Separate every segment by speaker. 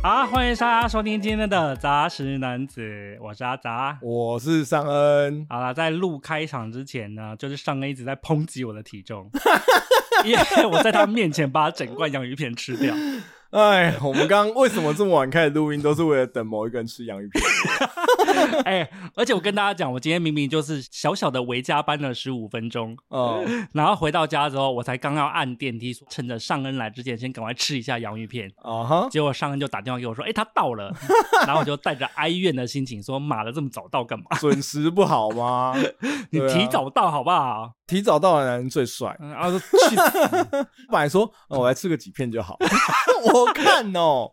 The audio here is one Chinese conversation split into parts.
Speaker 1: 好，欢迎大家收听今天的杂食男子，我是阿杂。
Speaker 2: 我是尚恩，
Speaker 1: 好了，在录开场之前呢，就是上恩一直在抨击我的体 重，因为我在他面前把整罐洋芋片吃掉。
Speaker 2: 哎，我们刚刚为什么这么晚开始录音，都是为了等某一个人吃洋芋片。
Speaker 1: 哎、而且我跟大家讲，我今天明明就是小小的维加班了十五分钟，
Speaker 2: 哦，
Speaker 1: 然后回到家之后，我才刚要按电梯，趁着上恩来之前，先赶快吃一下洋芋 片。
Speaker 2: 啊哈，
Speaker 1: 结果上恩就打电话给我说：“哎、他到了。” 然后我就带着哀怨的心情说：“妈的，这么早到干嘛？
Speaker 2: 准时不好吗？
Speaker 1: 你
Speaker 2: 对啊
Speaker 1: 提早到好不好
Speaker 2: 提早到的男人最 帅？”。
Speaker 1: 嗯然后说：“去死
Speaker 2: 本来说，哦、我来吃个几片就好。 我看哦，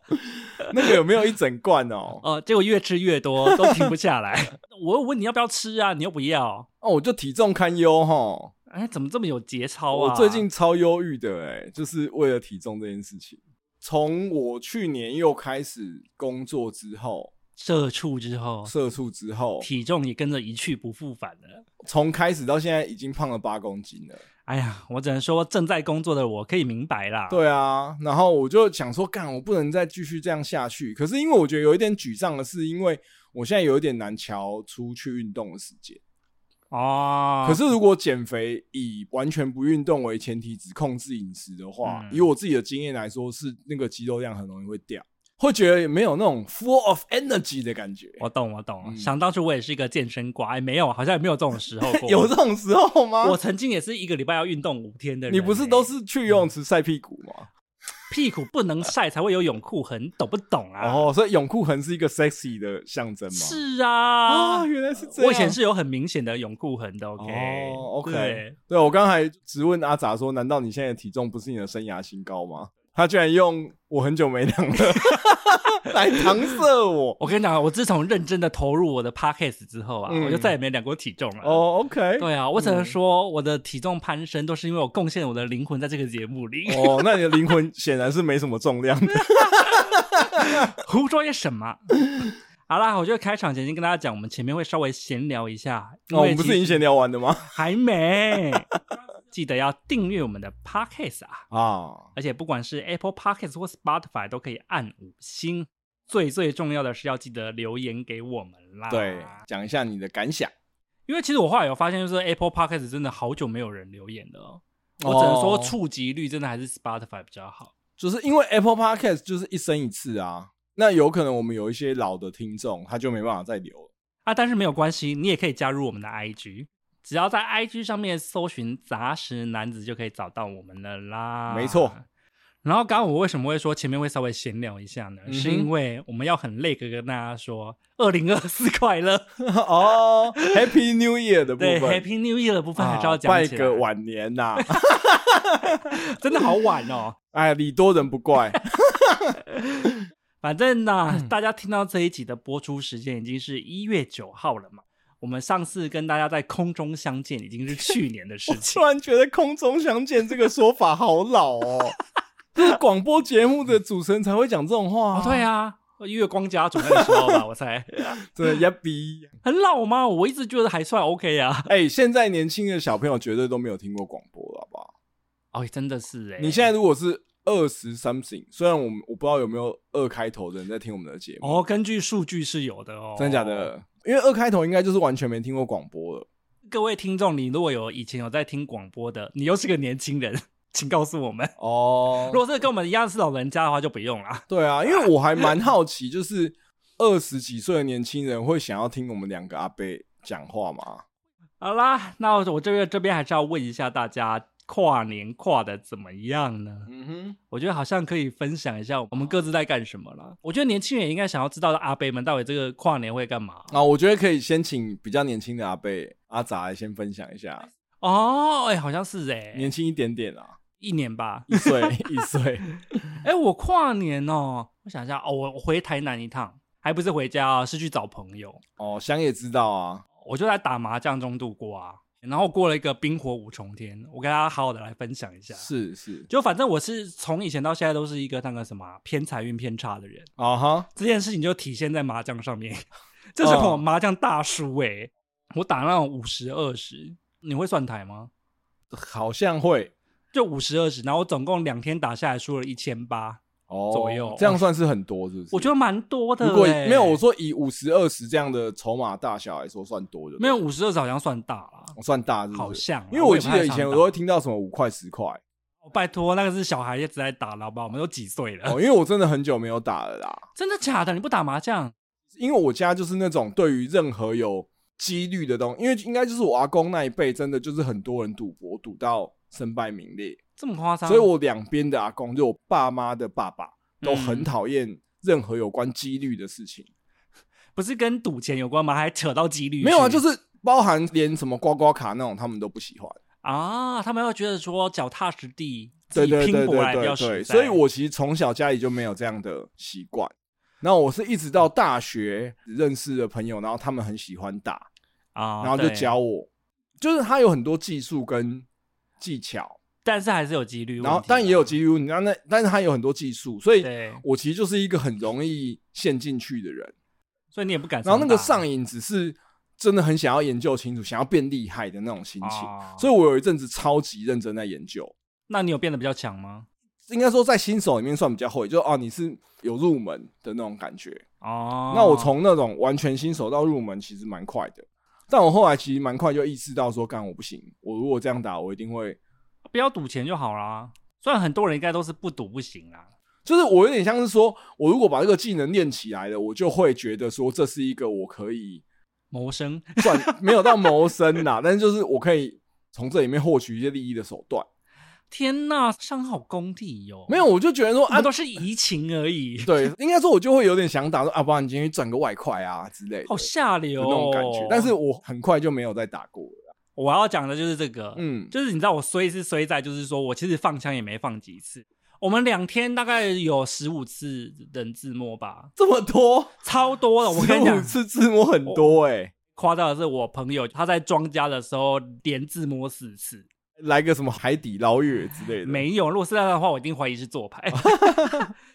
Speaker 2: 那个有没有一整罐哦？
Speaker 1: 哦、结果越吃越多，都停不下来。 我又问你要不要吃啊，你又不要。
Speaker 2: 哦，我就体重堪忧哈。
Speaker 1: 哎，怎么这么有节操啊？
Speaker 2: 我最近超忧郁的哎、就是为了体重这件事情。从我去年又开始工作之后，
Speaker 1: 社畜之后，
Speaker 2: 社畜之后，
Speaker 1: 体重也跟着一去不复返了。
Speaker 2: 从开始到现在已经胖了八公斤了。
Speaker 1: 哎呀，我只能说正在工作的我可以明白啦。，
Speaker 2: 对啊，然后我就想说，干，我不能再继续这样下去。可是因为我觉得有一点沮丧的是，因为我现在有一点难调出去运动的时间。
Speaker 1: 哦，
Speaker 2: 可是如果减肥以完全不运动为前提，只控制饮食的话，
Speaker 1: 嗯
Speaker 2: 以我自己的经验来说，是那个肌肉量很容易会掉，会觉得没有那种 full of energy 的感觉。
Speaker 1: 我懂，我懂。
Speaker 2: 嗯
Speaker 1: 想当初我也是一个健身瓜，哎，没有，好像也没有这种时 候过。
Speaker 2: 有这种时候吗？
Speaker 1: 我曾经也是一个礼拜要运动五天的人、
Speaker 2: 你不是
Speaker 1: 哎
Speaker 2: 都是去游泳池晒屁股吗？
Speaker 1: 屁股不能晒才会有泳裤痕，懂不懂啊？
Speaker 2: 哦，所以泳裤痕是一个 sexy 的象征吗？
Speaker 1: 是啊，
Speaker 2: 啊，原来是这样。
Speaker 1: 我以前是有很明显的泳裤痕的。OK，
Speaker 2: 哦，OK
Speaker 1: 对
Speaker 2: 对，我刚才直问阿杂说：“难道你现在的体重不是你的生涯新高吗？”他居然用“我很久没量 了”来搪塞我。
Speaker 1: 我跟你讲，我自从认真的投入我的 podcast 之后啊，
Speaker 2: 嗯
Speaker 1: 我就再也没量过体重了。
Speaker 2: 哦，OK、o k
Speaker 1: 对啊，我只能说我的体重攀升都是因为我贡献我的灵魂在这个节目里。
Speaker 2: 哦，那你的灵魂显然是没什么重量的。
Speaker 1: 胡说些什么？ 好啦，我觉得开场前先跟大家讲，我们前面会稍微闲聊一下，因
Speaker 2: 哦，我
Speaker 1: 为
Speaker 2: 们不
Speaker 1: 其
Speaker 2: 是
Speaker 1: 实
Speaker 2: 已经闲聊完 的吗？
Speaker 1: 还没，记得要订阅我们的 podcast 啊，
Speaker 2: 啊，
Speaker 1: 而且不管是 Apple Podcast 或 Spotify 都可以按五星。最最重要的是要记得留言给我们啦。
Speaker 2: 对，讲一下你的感想。
Speaker 1: 因为其实我后来有发现，就是 Apple Podcast 真的好久没有人留言了哦，我只能说
Speaker 2: 哦
Speaker 1: 触及率真的还是 Spotify 比较好。
Speaker 2: 就是因为 Apple Podcast 就是一生一次啊，那有可能我们有一些老的听众他就没办法再留了。
Speaker 1: 啊，但是没有关系，你也可以加入我们的 IG，只要在 IG 上面搜寻“杂食男子”就可以找到我们了啦。
Speaker 2: 没错。
Speaker 1: 然后刚刚我为什么会说前面会稍微闲聊一下呢？
Speaker 2: 嗯哼
Speaker 1: 是因为我们要很累的跟大家说，二零二四快乐，
Speaker 2: 哦、h a p p y New Year 的部
Speaker 1: 对
Speaker 2: 分，
Speaker 1: ，Happy New Year 的部分还是要
Speaker 2: 啊
Speaker 1: 讲
Speaker 2: 拜
Speaker 1: 起来。
Speaker 2: 个晚年呐、
Speaker 1: 真的好晚 哦。
Speaker 2: 哎，礼多人不怪。
Speaker 1: 反正呢、
Speaker 2: 嗯
Speaker 1: 大家听到这一集的播出时间已经是一月九号了嘛。我们上次跟大家在空中相见已经是去年的事情
Speaker 2: 突。然觉得“空中相见”这个说法好老哦， 这是广播节目的主持人才会讲这种话、
Speaker 1: 哦，对，啊，月光家族那个时候吧，我猜
Speaker 2: 对呀比。
Speaker 1: 很老吗？我一直觉得还算 OK 啊。
Speaker 2: 哎、现在年轻的小朋友绝对都没有听过广播了，好不好？
Speaker 1: 哦，真的是哎、
Speaker 2: 你现在如果是欸二十 something，虽然我们我不知道有没有二开头的人在听我们的节目，
Speaker 1: 哦，根据数据是有的哦，
Speaker 2: 真的假？的？因为二开头应该就是完全没听过广播了。
Speaker 1: 各位听众，你如果有以前有在听广播的，你又是个年轻人，请告诉我们。
Speaker 2: 哦
Speaker 1: 如，果是跟我们一样是老人家的话，就不用啦。
Speaker 2: 对啊，因为我还蛮好奇，就是二十几岁的年轻人会想要听我们两个阿伯讲话吗？
Speaker 1: 好啦，那我这边这边还是要问一下大家，跨年跨的怎么样呢？
Speaker 2: 嗯哼，
Speaker 1: 我觉得好像可以分享一下我们各自在干什么啦。我觉得年轻人也应该想要知道阿伯们到底这个跨年会干嘛。
Speaker 2: 啊，我觉得可以先请比较年轻的阿贝阿杂来先分享一下，
Speaker 1: 哦，哎、好像是哎、
Speaker 2: 年轻一点点啊，
Speaker 1: 一年吧。
Speaker 2: 一岁一岁，
Speaker 1: 哎、我跨年哦，我想一下哦，我我回台南一趟，还不是回家啊，是去找朋友，
Speaker 2: 哦，想也知 道啊，
Speaker 1: 我就在打麻将中度过啊，然后过了一个冰火五重天，我跟大家好好的来分享一下。
Speaker 2: 是是，
Speaker 1: 就反正我是从以前到现在都是一个那个什么啊偏财运偏差的人，
Speaker 2: 啊哈，
Speaker 1: 这件事情就体现在麻将上 面，这是我
Speaker 2: 哦
Speaker 1: 麻将大叔哎、我打那种五十二十，你会算台吗？
Speaker 2: 好像会
Speaker 1: 就五十二十，然后我总共两天打下来输了一千八，
Speaker 2: 哦
Speaker 1: 左右
Speaker 2: 这样算是很多，是不是？
Speaker 1: 我觉得蛮多的、欸。
Speaker 2: 如果没有我说以五十二十这样的筹码大小来说，算多的，
Speaker 1: 没有五十二，好像算大啦，
Speaker 2: 我算大是不是
Speaker 1: 好像啊。
Speaker 2: 因为我记得以前我都会
Speaker 1: 听，
Speaker 2: 听到什么五块 十块
Speaker 1: 哦拜托，那个是小孩一直在打，好吧？我们都几岁了？
Speaker 2: 哦，因为我真的很久没有打了啦。
Speaker 1: 真的假的？你不打麻将？
Speaker 2: 因为我家就是那种对于任何有几率的东西，因为应该就是我阿公那一辈，真的就是很多人赌博赌到身败名裂，
Speaker 1: 这么夸张？
Speaker 2: 所以我两边的阿公，就我爸妈的爸爸，都很
Speaker 1: 嗯
Speaker 2: 讨厌任何有关几率的事情。
Speaker 1: 不是跟赌钱有关吗？还扯到几率去？
Speaker 2: 没有啊，就是包含连什么刮刮卡那种，他们都不喜欢。
Speaker 1: 啊，他们要觉得说脚踏实地，
Speaker 2: 对
Speaker 1: 自己
Speaker 2: 对
Speaker 1: 拼
Speaker 2: 对
Speaker 1: 搏来
Speaker 2: 对
Speaker 1: 比较
Speaker 2: 对
Speaker 1: 实在。
Speaker 2: 对，所以我其实从小家里就没有这样的习惯。然后我是一直到大学认识的朋友，然后他们很喜欢打，
Speaker 1: 啊，
Speaker 2: 然后就
Speaker 1: 对，
Speaker 2: 教我，就是他有很多技术跟技巧，
Speaker 1: 但是还是有几率问题啊，
Speaker 2: 然后但也有基础，你知道那，但是他有很多技术，所以
Speaker 1: 对，
Speaker 2: 我其实就是一个很容易陷进去的人。
Speaker 1: 所以你也不敢常
Speaker 2: 然
Speaker 1: 打。
Speaker 2: 后那个上瘾只是真的很想要研究清楚，想要变厉害的那种心情，
Speaker 1: 啊
Speaker 2: 所以我有一阵子超级认真在研究。
Speaker 1: 那你有变得比较强吗？
Speaker 2: 应该说，在新手里面算比较会，就哦，你是有入门的那种感觉。
Speaker 1: 哦，
Speaker 2: 那我从那种完全新手到入门，其实蛮快的。但我后来其实蛮快就意识到说，干我不行，我如果这样打，我一定会
Speaker 1: 不要赌钱就好啦。虽然很多人应该都是不赌不行啦，
Speaker 2: 就是我有点像是说，我如果把这个技能练起来了，我就会觉得说这是一个我可以
Speaker 1: 谋生
Speaker 2: 赚， 没有到谋生啦， 但是就是我可以从这里面获取一些利益的手段。
Speaker 1: 天呐，伤好工地哟、
Speaker 2: 没有，我就觉得说
Speaker 1: 啊，
Speaker 2: 啊，
Speaker 1: 都是移情而已，
Speaker 2: 对，应该说我就会有点想打说啊，不然你今天去赚个外快啊之类的，
Speaker 1: 好哦下
Speaker 2: 的
Speaker 1: 流、
Speaker 2: 那种感觉。但是我很快就没有再打过了。
Speaker 1: 我要讲的就是这个，
Speaker 2: 嗯，
Speaker 1: 就是你知道我衰是衰在，就是说我其实放枪也没放几次。我们两天大概有十五次人自摸吧，
Speaker 2: 这么多，
Speaker 1: 超多了。 我跟你
Speaker 2: 15
Speaker 1: 讲，哦
Speaker 2: 次自摸很多哎、
Speaker 1: 夸张的是，我朋友他在庄家的时候连自摸四次，
Speaker 2: 来个什么海底捞月之类的，
Speaker 1: 没有。如果是那样的话，我一定怀疑是做 牌。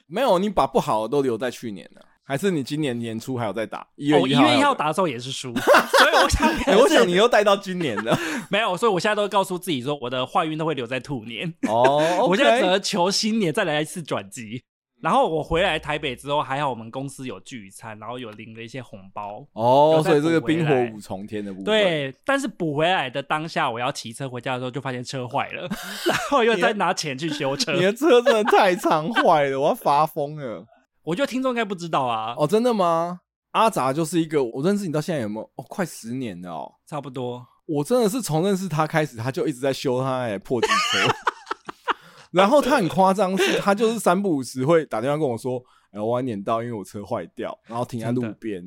Speaker 2: 没哦有，你把不好的都留在去年了，还是你今年年初还有在打？一月
Speaker 1: 哦我一
Speaker 2: 一号还有在，
Speaker 1: 月一号打的时候也是 输，所以我想
Speaker 2: 啊 哎、
Speaker 1: 表
Speaker 2: 我
Speaker 1: 示
Speaker 2: 想你又带到今年了
Speaker 1: 没有，所以我现在都告诉自己说，我的坏运都会留在兔年。
Speaker 2: 哦
Speaker 1: 我现在只能求新年再来一次转机。然后我回来台北之后，还好我们公司有聚餐，然后有领了一些红包。
Speaker 2: 哦
Speaker 1: 有，再
Speaker 2: 所以这个
Speaker 1: 补回
Speaker 2: 冰火
Speaker 1: 来
Speaker 2: 五重天的部分，，
Speaker 1: 对，但是补回来的当下，我要骑车回家的时候，就发现车坏了， 然后又再拿钱去修车
Speaker 2: 你。的车真的太常坏了，我要发疯了。
Speaker 1: 我觉得听众应该不知道啊，
Speaker 2: 哦，真的吗？阿杂就是一个我认识你到现在有没有？哦，快十年了哦。
Speaker 1: 差不多。
Speaker 2: 我真的是从认识他开始，他就一直在修他的破机车。 然后他很夸张，是他就是三不五时会打电话跟我说：“哎、我晚点到，因为我车坏掉，然后停在路
Speaker 1: 真的
Speaker 2: 边。”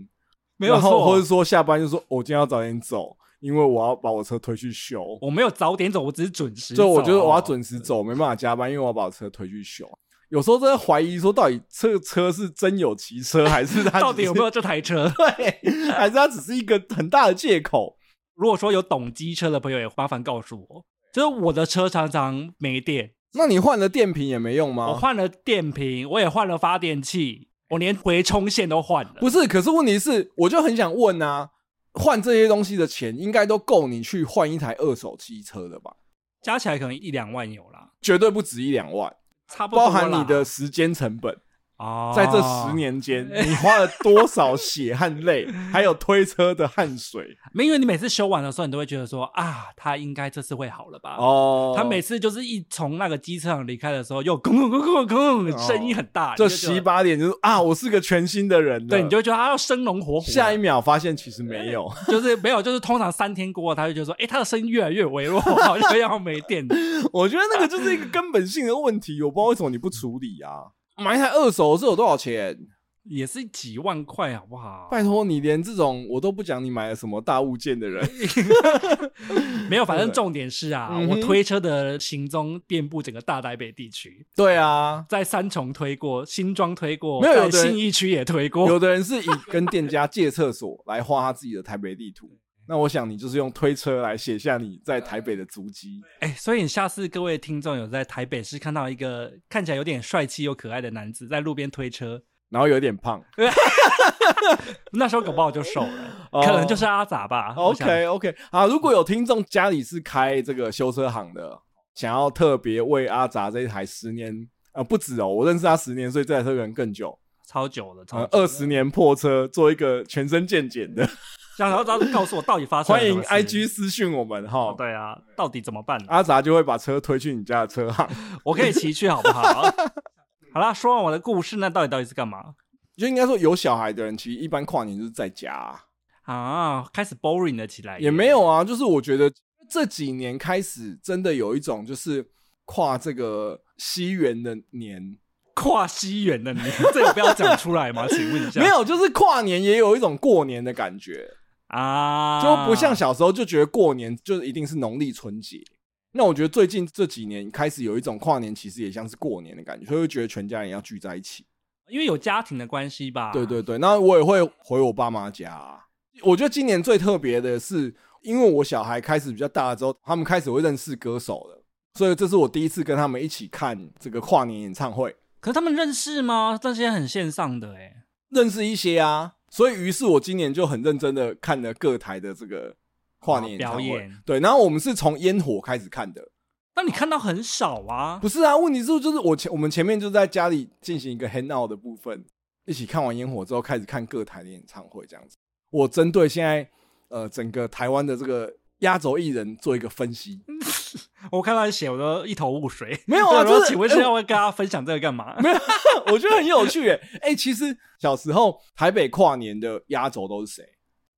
Speaker 1: 没有
Speaker 2: 然后
Speaker 1: 错
Speaker 2: 或者说下班就说：“我今天要早点走，因为我要把我车推去修。
Speaker 1: 我没有早点走，我只是准时走。啊
Speaker 2: 就我觉得我要准时走，没办法加班，因为我要把我车推去修。有时候真的怀疑说，到底这个车是真有骑车，还是 他
Speaker 1: 到底有没有这台 车？
Speaker 2: 有？还是他只是一个很大的借口？
Speaker 1: 如果说有懂机车的朋友，也麻烦告诉我。就是我的车常常没电，
Speaker 2: 那你换了电瓶也没用吗？
Speaker 1: 我哦换了电瓶，我也换了发电器，我连回充线都换了。
Speaker 2: 不是，可是问题是，我就很想问啊，换这些东西的钱应该都够你去换一台二手机车了吧？
Speaker 1: 加起来可能一两万有啦，
Speaker 2: 绝对不止一两万，
Speaker 1: 差不多
Speaker 2: 包
Speaker 1: 啦。
Speaker 2: 含你的时间成本，
Speaker 1: 哦，
Speaker 2: 在这十年间，你花了多少血汗泪，还有推车的汗水
Speaker 1: 没有，因为你每次修完的时候，你都会觉得说啊，他应该这次会 好了吧？
Speaker 2: 哦。
Speaker 1: 他每次就是一从那个机车厂离开的时候，又咣咣咣咣
Speaker 2: 哦
Speaker 1: 咣，声音很大，
Speaker 2: 这
Speaker 1: 你就觉得
Speaker 2: 十八点就是啊，我是个全新的人了
Speaker 1: 对，你就会觉得他要生龙活虎。
Speaker 2: 下一秒发现其实没有，
Speaker 1: 就是 没有，就是通常三天过后，他就觉得说，哎，他的声音越来越微弱，好像要没电了。
Speaker 2: 我觉得那个就是一个根本性的问题，我不知道为什么你不处理啊。买一台二手是有多少钱？
Speaker 1: 也是几万块，好不好？
Speaker 2: 拜托你连这种我都不讲你买了什么大物件的人，
Speaker 1: 没有，反正重点是啊，
Speaker 2: 嗯哼
Speaker 1: 我推车的行踪遍布整个大台北地区，
Speaker 2: 对啊，
Speaker 1: 在三重推过，新庄推过，
Speaker 2: 没有有
Speaker 1: 在
Speaker 2: 的人
Speaker 1: 信义区也推过
Speaker 2: 有。的人是以跟店家借厕所来画他自己的台北地图，那我想你就是用推车来写下你在台北的足迹。
Speaker 1: 哎、所以你下次各位听众有在台北市看到一个看起来有点帅气又可爱的男子在路边推车，
Speaker 2: 然后有点胖
Speaker 1: 那时候搞不好就瘦了，
Speaker 2: 哦
Speaker 1: 可能就是阿杂吧。啊我想
Speaker 2: ，OK OK，好，如果有听众家里是开这个修车行的，想要特别为阿杂这一台十年呃，不止哦，我认识他十年，所以这台车可能更久，
Speaker 1: 超久了，超
Speaker 2: 呃，
Speaker 1: 久了
Speaker 2: 二十年破车，做一个全身健 检的，
Speaker 1: 这样，然后他告诉我到底发生了
Speaker 2: 欢
Speaker 1: 什
Speaker 2: 迎
Speaker 1: 么事
Speaker 2: IG 私讯我们哈
Speaker 1: 哦，。对啊，到底怎么办呢？
Speaker 2: 阿杂就会把车推去你家的车行，
Speaker 1: 我可以骑去好 不好？好啦，说完我的故事，那到底到底是干嘛
Speaker 2: 就应该说有小孩的人，其实一般跨年就是在家啊、
Speaker 1: 啊？开始 boring 了起来，
Speaker 2: 也没有啊，就是我觉得这几年开始，真的有一种就是跨这个西元的年，
Speaker 1: 跨西元的你，这个不要讲出来吗？请问一下，
Speaker 2: 没有，就是跨年也有一种过年的感觉，
Speaker 1: 啊，
Speaker 2: 就不像小时候就觉得过年就一定是农历春节。那我觉得最近这几年开始有一种跨年，其实也像是过年的感觉，所以会觉得全家人要聚在一起。
Speaker 1: 因为有家庭的关系吧？
Speaker 2: 对对对，那我也会回我爸妈家啊、我觉得今年最特别的是，因为我小孩开始比较大了之后，他们开始会认识歌手了，所以这是我第一次跟他们一起看这个跨年演唱会，
Speaker 1: 可是他们认识吗？这些很线上的哎、欸，
Speaker 2: 认识一些啊。所以于是我今年就很认真的看了各台的这个跨年演唱
Speaker 1: 哦表
Speaker 2: 会
Speaker 1: 演。
Speaker 2: 对，然后我们是从烟火开始看的，
Speaker 1: 但你看到很少啊。
Speaker 2: 不是啊？问题是就是我前我们前面就在家里进行一个 hang out 的部分，一起看完烟火之后，开始看各台的演唱会这样子。我针对现在呃整个台湾的这个压轴艺人做一个分析，
Speaker 1: 我看到你写，我都一头雾水。
Speaker 2: 没有啊
Speaker 1: 对我
Speaker 2: 就
Speaker 1: 说
Speaker 2: 是
Speaker 1: 请哦问是要跟大家分享这个干嘛？
Speaker 2: 没有，我觉得很有趣诶、哎、其实小时候台北跨年的压轴都是谁？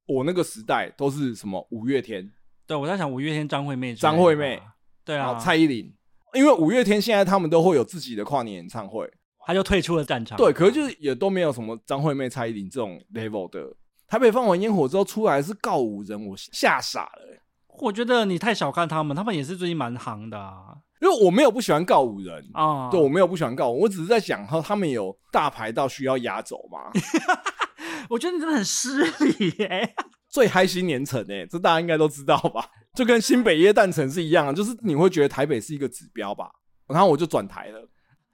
Speaker 2: 我那个时代都是什么五月天，
Speaker 1: 对，我在想五月天张惠妹之类的
Speaker 2: 张惠妹
Speaker 1: 吧，对
Speaker 2: 然
Speaker 1: 啊
Speaker 2: 后，蔡依林，因为五月天现在他们都会有自己的跨年演唱会。
Speaker 1: 她就退出了战场。
Speaker 2: 对，可是就是也都没有什么张惠妹、蔡依林这种 level 的。台北放完烟火之后出来是告五人，我吓傻了欸、
Speaker 1: 我觉得你太小看他们，他们也是最近蛮行的啊。
Speaker 2: 因为我没有不喜欢告五人，
Speaker 1: 啊
Speaker 2: 对我没有不喜欢告五人，我只是在想哈，他们有大牌到需要压轴吗？
Speaker 1: 我觉得你真的很失礼耶、
Speaker 2: 最嗨新年城诶、这大家应该都知道吧？ 就跟新北耶诞城是一样的，啊就是你会觉得台北是一个指标吧。然后我就转台了，因为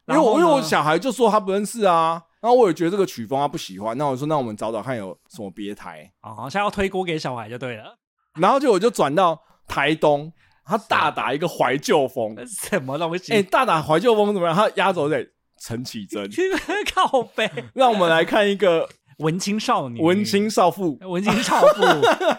Speaker 1: 然后
Speaker 2: 我
Speaker 1: 呢
Speaker 2: 因为我小孩就说他不认识啊，然后我也觉得这个曲风他啊不喜欢，那我说那我们找找看有什么别台，
Speaker 1: 哦，现在要推锅给小孩就对了，
Speaker 2: 然后就我就转到台东，他大打一个怀旧风，
Speaker 1: 什么东西？
Speaker 2: 哎、大打怀旧风怎么样？他压轴在陈绮贞，
Speaker 1: 靠背，
Speaker 2: 让我们来看一个
Speaker 1: 文青少年，
Speaker 2: 文青 少妇
Speaker 1: 文青少 妇，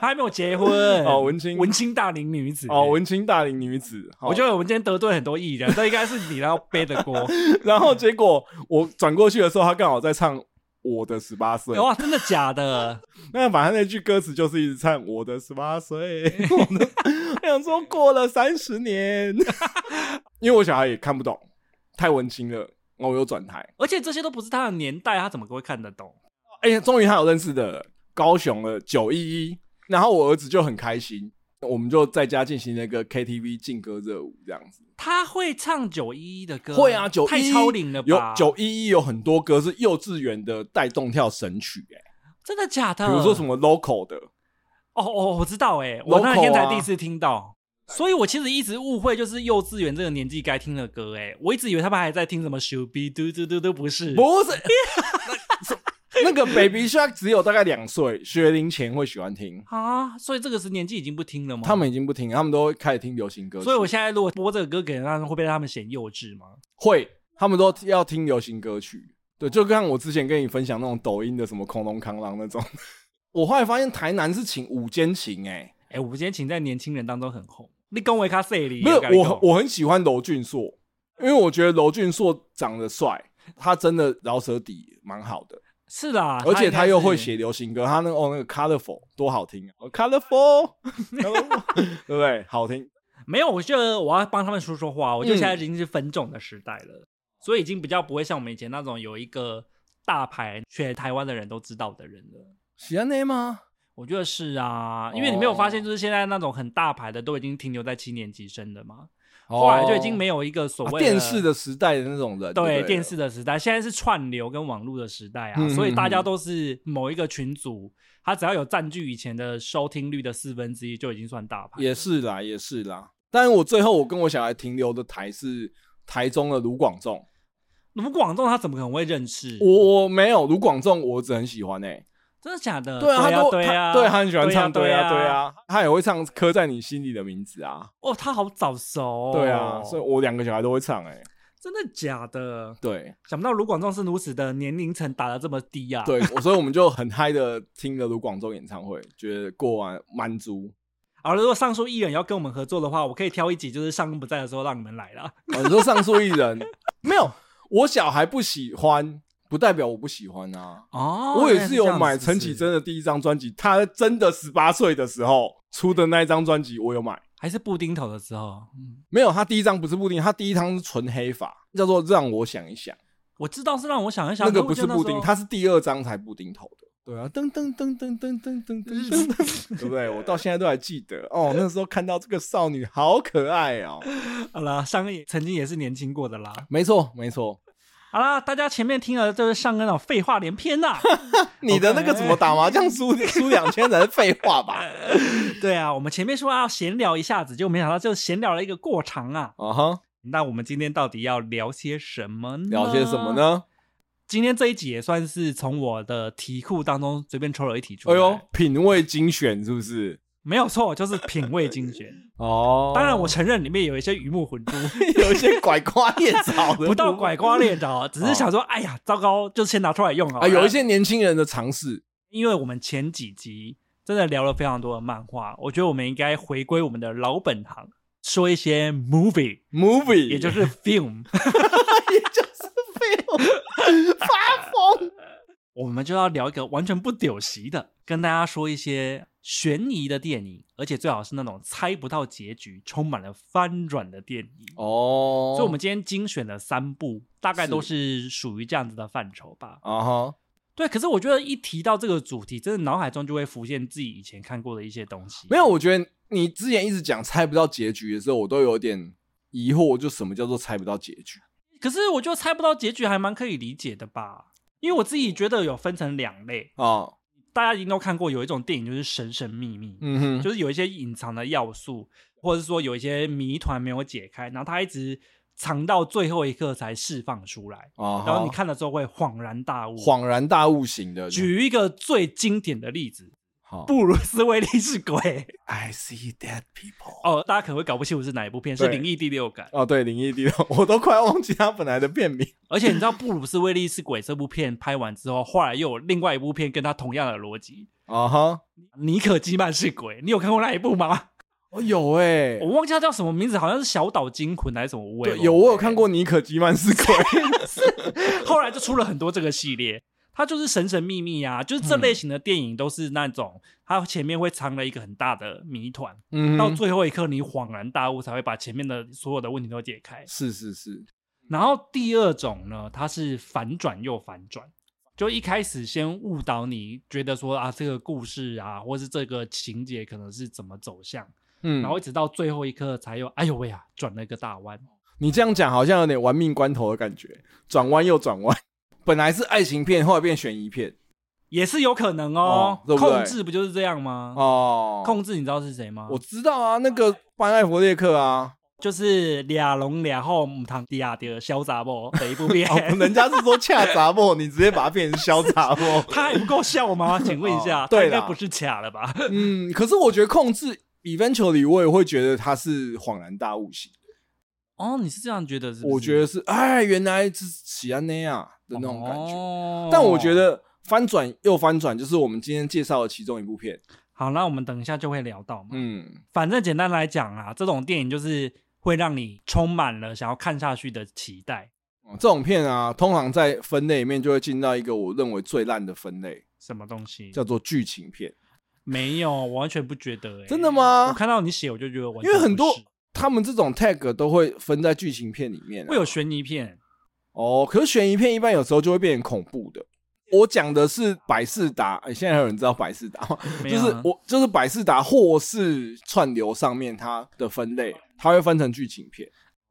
Speaker 1: 她还没有结婚
Speaker 2: 哦文青
Speaker 1: 文青大龄女子
Speaker 2: 哦，。文青大龄女子。哦好
Speaker 1: 我觉得我们今天得罪很多艺人，这应该是你要背的 锅。
Speaker 2: 然后结果我转过去的时候，他刚好在唱《我的十八岁》，
Speaker 1: 哇，真的假的？
Speaker 2: 那反正那句歌词就是一直唱《我的十八岁》，
Speaker 1: 哎
Speaker 2: 我的， 我想说过了三 十年，因为我小孩也看不懂，太文青了，然后我又转台。
Speaker 1: 而且这些都不是他的年代，他怎么会看得懂？
Speaker 2: 哎、呀，终于他有认识的了高雄的九一一，然后我儿子就很开心，我们就在家进行那个 KTV 劲歌热舞这样子。
Speaker 1: 他会唱九一一的歌，
Speaker 2: 会啊，九
Speaker 1: 太超龄了吧？
Speaker 2: 有九一一有很多歌是幼稚园的带动跳神曲、哎，
Speaker 1: 真的假的？
Speaker 2: 比如说什么 local 的，
Speaker 1: 哦哦，我知道哎、我那
Speaker 2: Local
Speaker 1: 天才
Speaker 2: 啊
Speaker 1: 第一次听到，所以我其实一直误会就是幼稚园这个年纪该听的歌哎、我一直以为他们还在听什么 should be do do do do，不是，
Speaker 2: 不是 那那个 Baby Shark 只有大概两岁，学龄前会喜欢听，
Speaker 1: 啊，所以这个是年纪已经不听了吗？
Speaker 2: 他，们已经不听，他们都开始听流行歌曲，
Speaker 1: 所以我现在如果播这个歌给人，会被他们嫌幼稚吗？
Speaker 2: 会，他们都要听流行歌曲。对，就像我之前跟你分享那种抖音的什么恐龙扛狼那种， 我后来发现台南是请五间琴、欸，
Speaker 1: 哎、我们今天请在年轻人当中很红，你跟维卡塞里
Speaker 2: 哎，没有，我
Speaker 1: 我
Speaker 2: 我很喜欢娄俊硕，因为我觉得娄俊硕长得帅，他真的饶舌底蛮好的，
Speaker 1: 是啦，
Speaker 2: 而且
Speaker 1: 应该
Speaker 2: 他又
Speaker 1: 是
Speaker 2: 会写，流行歌，他那个哦那个 colorful 多好听啊，colorful，对不对？好听，
Speaker 1: 没有，我觉得我要帮他们说说话，我觉得
Speaker 2: 嗯
Speaker 1: 现在已经是分众的时代了，所以已经比较不会像我们以前那种有一个大牌全台湾的人都知道的人了。
Speaker 2: 喜欢那吗？
Speaker 1: 我觉得是啊，因为你没有发现，就是现在那种很大牌的都已经停留在七年级生了嘛，后来就已经没有一个所
Speaker 2: 哦啊
Speaker 1: 谓、
Speaker 2: 电视。的时代的那种人，
Speaker 1: 对
Speaker 2: 对
Speaker 1: 电视的时代，现在是串流跟网络的时代啊，
Speaker 2: 嗯
Speaker 1: 所以大
Speaker 2: 嗯
Speaker 1: 家
Speaker 2: 嗯
Speaker 1: 都是某一个群组，他只要有占据以前的收听率的四分之一，就已经算大牌。
Speaker 2: 也是啦，也是啦。但是我最后我跟我小孩停留的台是台中的卢广仲，
Speaker 1: 卢广仲他怎么可能会认识？
Speaker 2: 我我没有卢广仲，我儿子很喜欢诶、欸
Speaker 1: 真的假的？
Speaker 2: 对啊，他
Speaker 1: 啊，
Speaker 2: 都
Speaker 1: 对啊，
Speaker 2: 他对他很喜欢唱，
Speaker 1: 对
Speaker 2: 对
Speaker 1: 啊，
Speaker 2: 啊，对。啊，他也会唱《刻在你心里的名字》啊，
Speaker 1: 哦，他好早熟、哦。
Speaker 2: 啊对啊，所以我两个小孩都会唱诶、
Speaker 1: 真的假的？
Speaker 2: 对
Speaker 1: 想不到卢广仲是如此的年龄层打的这么低呀、啊。，
Speaker 2: 对，我所以我们就很嗨的听了卢广仲演唱会，觉得过完满足。
Speaker 1: 好了，如果上述艺人要跟我们合作的话，我可以挑一集，就是上恩不在的时候让你们来啦。
Speaker 2: 哦、你说上述艺人 没有，我小孩不喜欢，不代表我不喜欢啊。
Speaker 1: 哦
Speaker 2: 我也是有买陈
Speaker 1: 绮
Speaker 2: 绮，贞的第一张专辑，她真的十八岁的时候出的那一张专辑，我有买。
Speaker 1: 还是布丁头的时候。嗯，
Speaker 2: 没有，她第一张不是布丁，她第一张是纯黑发，叫做让我想一想。
Speaker 1: 我知道是让我想一想，
Speaker 2: 那个
Speaker 1: 可
Speaker 2: 不是
Speaker 1: 我觉得
Speaker 2: 布丁，
Speaker 1: 那时候
Speaker 2: 它是第二张才布丁头的。对啊，噔噔噔噔噔噔噔噔噔，对不对？我到现在都还记得哦，那时候看到这个少女好可爱哦。
Speaker 1: 好啦，上恩也曾经也是年轻过的啦。
Speaker 2: 没错，没错，
Speaker 1: 好啦，大家前面听了就是上恩哦，废话连篇 呐、
Speaker 2: 你的那个怎么打麻将输输两千才是废话吧？
Speaker 1: 对啊，我们前面说要闲聊一下子，就没想到就闲聊了一个过长啊。
Speaker 2: 啊哈，
Speaker 1: 那我们今天到底要聊些什么呢？
Speaker 2: 聊些什么？呢？
Speaker 1: 今天这一集也算是从我的题库当中随便抽了一题出
Speaker 2: 哎
Speaker 1: 来。
Speaker 2: 呦，品味精选是不是？
Speaker 1: 没有错，就是品味精选。
Speaker 2: 哦，
Speaker 1: 当然， 我承认里面有一些鱼目混珠，
Speaker 2: 有一些拐瓜裂枣的，
Speaker 1: 不到拐瓜裂枣，只是想说，哎呀，糟糕，就先拿出来用好了
Speaker 2: 啊，有一，些年轻人的尝试。
Speaker 1: 因为我们前几集真的聊了非常多的漫画，我觉得我们应该回归我们的老本行，说一些 movie，
Speaker 2: Movie，
Speaker 1: 也就是 film。
Speaker 2: 也就是废话，发疯。
Speaker 1: 我们就要聊一个完全不丢席的，跟大家说一些悬疑的电影，而且最好是那种猜不到结局、充满了翻转的电影。
Speaker 2: 哦，
Speaker 1: 所以，我们今天精选了三部，大概都是属于这样子的范畴吧。
Speaker 2: 啊哈，
Speaker 1: 对，可是我觉得一提到这个主题，真的脑海中就会浮现自己以前看过的一些东西。
Speaker 2: 没有，，我觉得你之前一直讲猜不到结局的时候，我都有点疑惑，就什么叫做猜不到结局？
Speaker 1: 可是我就猜不到结局，还蛮可以理解的吧？因为我自己觉得有分成两类，
Speaker 2: 啊，
Speaker 1: 大家一定都看过，有一种电影就是神神秘秘，
Speaker 2: 嗯哼，
Speaker 1: 就是有一些隐藏的要素，或者是说有一些谜团没有解开，然后它一直藏到最后一刻才释放出来，
Speaker 2: 啊哈，
Speaker 1: 然后你看了之后会恍然大悟。
Speaker 2: 恍然大悟型的，
Speaker 1: 举一个最经典的例子，
Speaker 2: 好
Speaker 1: 布鲁斯威利是 鬼
Speaker 2: I see dead people。
Speaker 1: 哦，大家可能会搞不清楚是哪一部片，是《
Speaker 2: 对
Speaker 1: 灵异第六感》。
Speaker 2: 哦，对，灵异地洞，我都快忘记他本来的片名。
Speaker 1: 而且你知道布鲁斯威利是鬼这部片拍完之后，后来又有另外一部片跟他同样的逻辑，
Speaker 2: 啊哈，
Speaker 1: 尼可基曼是鬼，你有看过那一部吗？
Speaker 2: 哦有哎，
Speaker 1: 我忘记它叫什么名字，好像是小岛惊魂还是什么味。
Speaker 2: 对，有我有看过尼可基曼是 鬼。
Speaker 1: 后来就出了很多这个系列，它就是神神秘秘啊，就是这类型的电影都是那种、它前面会藏了一个很大的谜团，
Speaker 2: 嗯
Speaker 1: 到
Speaker 2: 哼
Speaker 1: 最后一刻你恍然大悟，才会把前面的所有的问题都解开。
Speaker 2: 是是是，
Speaker 1: 然后第二种呢，它是反转又反转，就一开始先误导你，觉得说啊这个故事啊，或是这个情节可能是怎么走向，
Speaker 2: 嗯，
Speaker 1: 然后一直到最后一刻才又哎呦喂啊，转了一个大弯。
Speaker 2: 你这样讲好像有点玩命关头的感觉，转弯又转弯。本来是爱情片，后来变悬疑片
Speaker 1: 也是有可能哦，
Speaker 2: 哦对不对
Speaker 1: 控制不就是这样吗？
Speaker 2: 哦。
Speaker 1: 控制你知道是谁吗？
Speaker 2: 我知道啊，那
Speaker 1: 哦
Speaker 2: 个班艾弗列克 啊，
Speaker 1: 就是俩龙俩后母堂迪亚的潇洒不的 一部片，。
Speaker 2: 哦，人家是说恰杂货， 你直接把它变成潇洒货
Speaker 1: 他还不够笑吗？ 请问一下，
Speaker 2: 哦对
Speaker 1: 他
Speaker 2: 啦
Speaker 1: 应该不是卡了 吧？
Speaker 2: 嗯，可是我觉得控制 eventually 我也会觉得他是恍然大悟型，
Speaker 1: 哦，你是这样觉得是不是？
Speaker 2: 我觉得是哎，原来是喜安内亚的那种感觉。
Speaker 1: 觉
Speaker 2: 但我觉得翻转又翻转，就是我们今天介绍的其中一部片。
Speaker 1: 好，那我们等一下就会聊到嘛。
Speaker 2: 嗯，
Speaker 1: 反正简单来讲啊，这种电影就是会让你充满了想要看下去的期待。
Speaker 2: 哦这种片啊，通常在分类里面就会进到一个我认为最烂的分类，
Speaker 1: 什么东西？
Speaker 2: 叫做剧情片。
Speaker 1: 没有，我完全不觉得、欸。
Speaker 2: 真的吗
Speaker 1: 我看到你写，我就觉得完全不
Speaker 2: 因为很多
Speaker 1: 是
Speaker 2: 他们这种 tag 都会分在剧情片里面、啊，
Speaker 1: 会有悬疑片，
Speaker 2: 哦。可是悬疑片一般有时候就会变成恐怖的。我讲的是百事达，诶现在还有人知道百事达吗？
Speaker 1: 没
Speaker 2: 就
Speaker 1: 有啊
Speaker 2: 是我就是百事达或是串流上面它的分类，它会分成剧情片。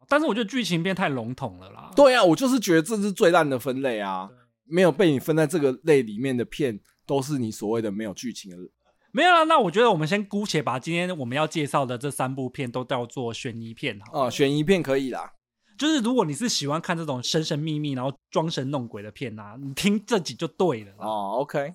Speaker 1: 但是我觉得剧情片太笼统了啦。
Speaker 2: 对啊，我就是觉得这是最烂的分类啊！没有被你分在这个类里面的片，都是你所谓的没有剧情的。
Speaker 1: 没有啦，那我觉得我们先姑且把今天我们要介绍的这三部片都叫做悬疑片好了。
Speaker 2: 哦，悬疑片可以啦。
Speaker 1: 就是如果你是喜欢看这种神神秘秘然后装神弄鬼的片啊，你听这集就对了啦。
Speaker 2: 哦，OK，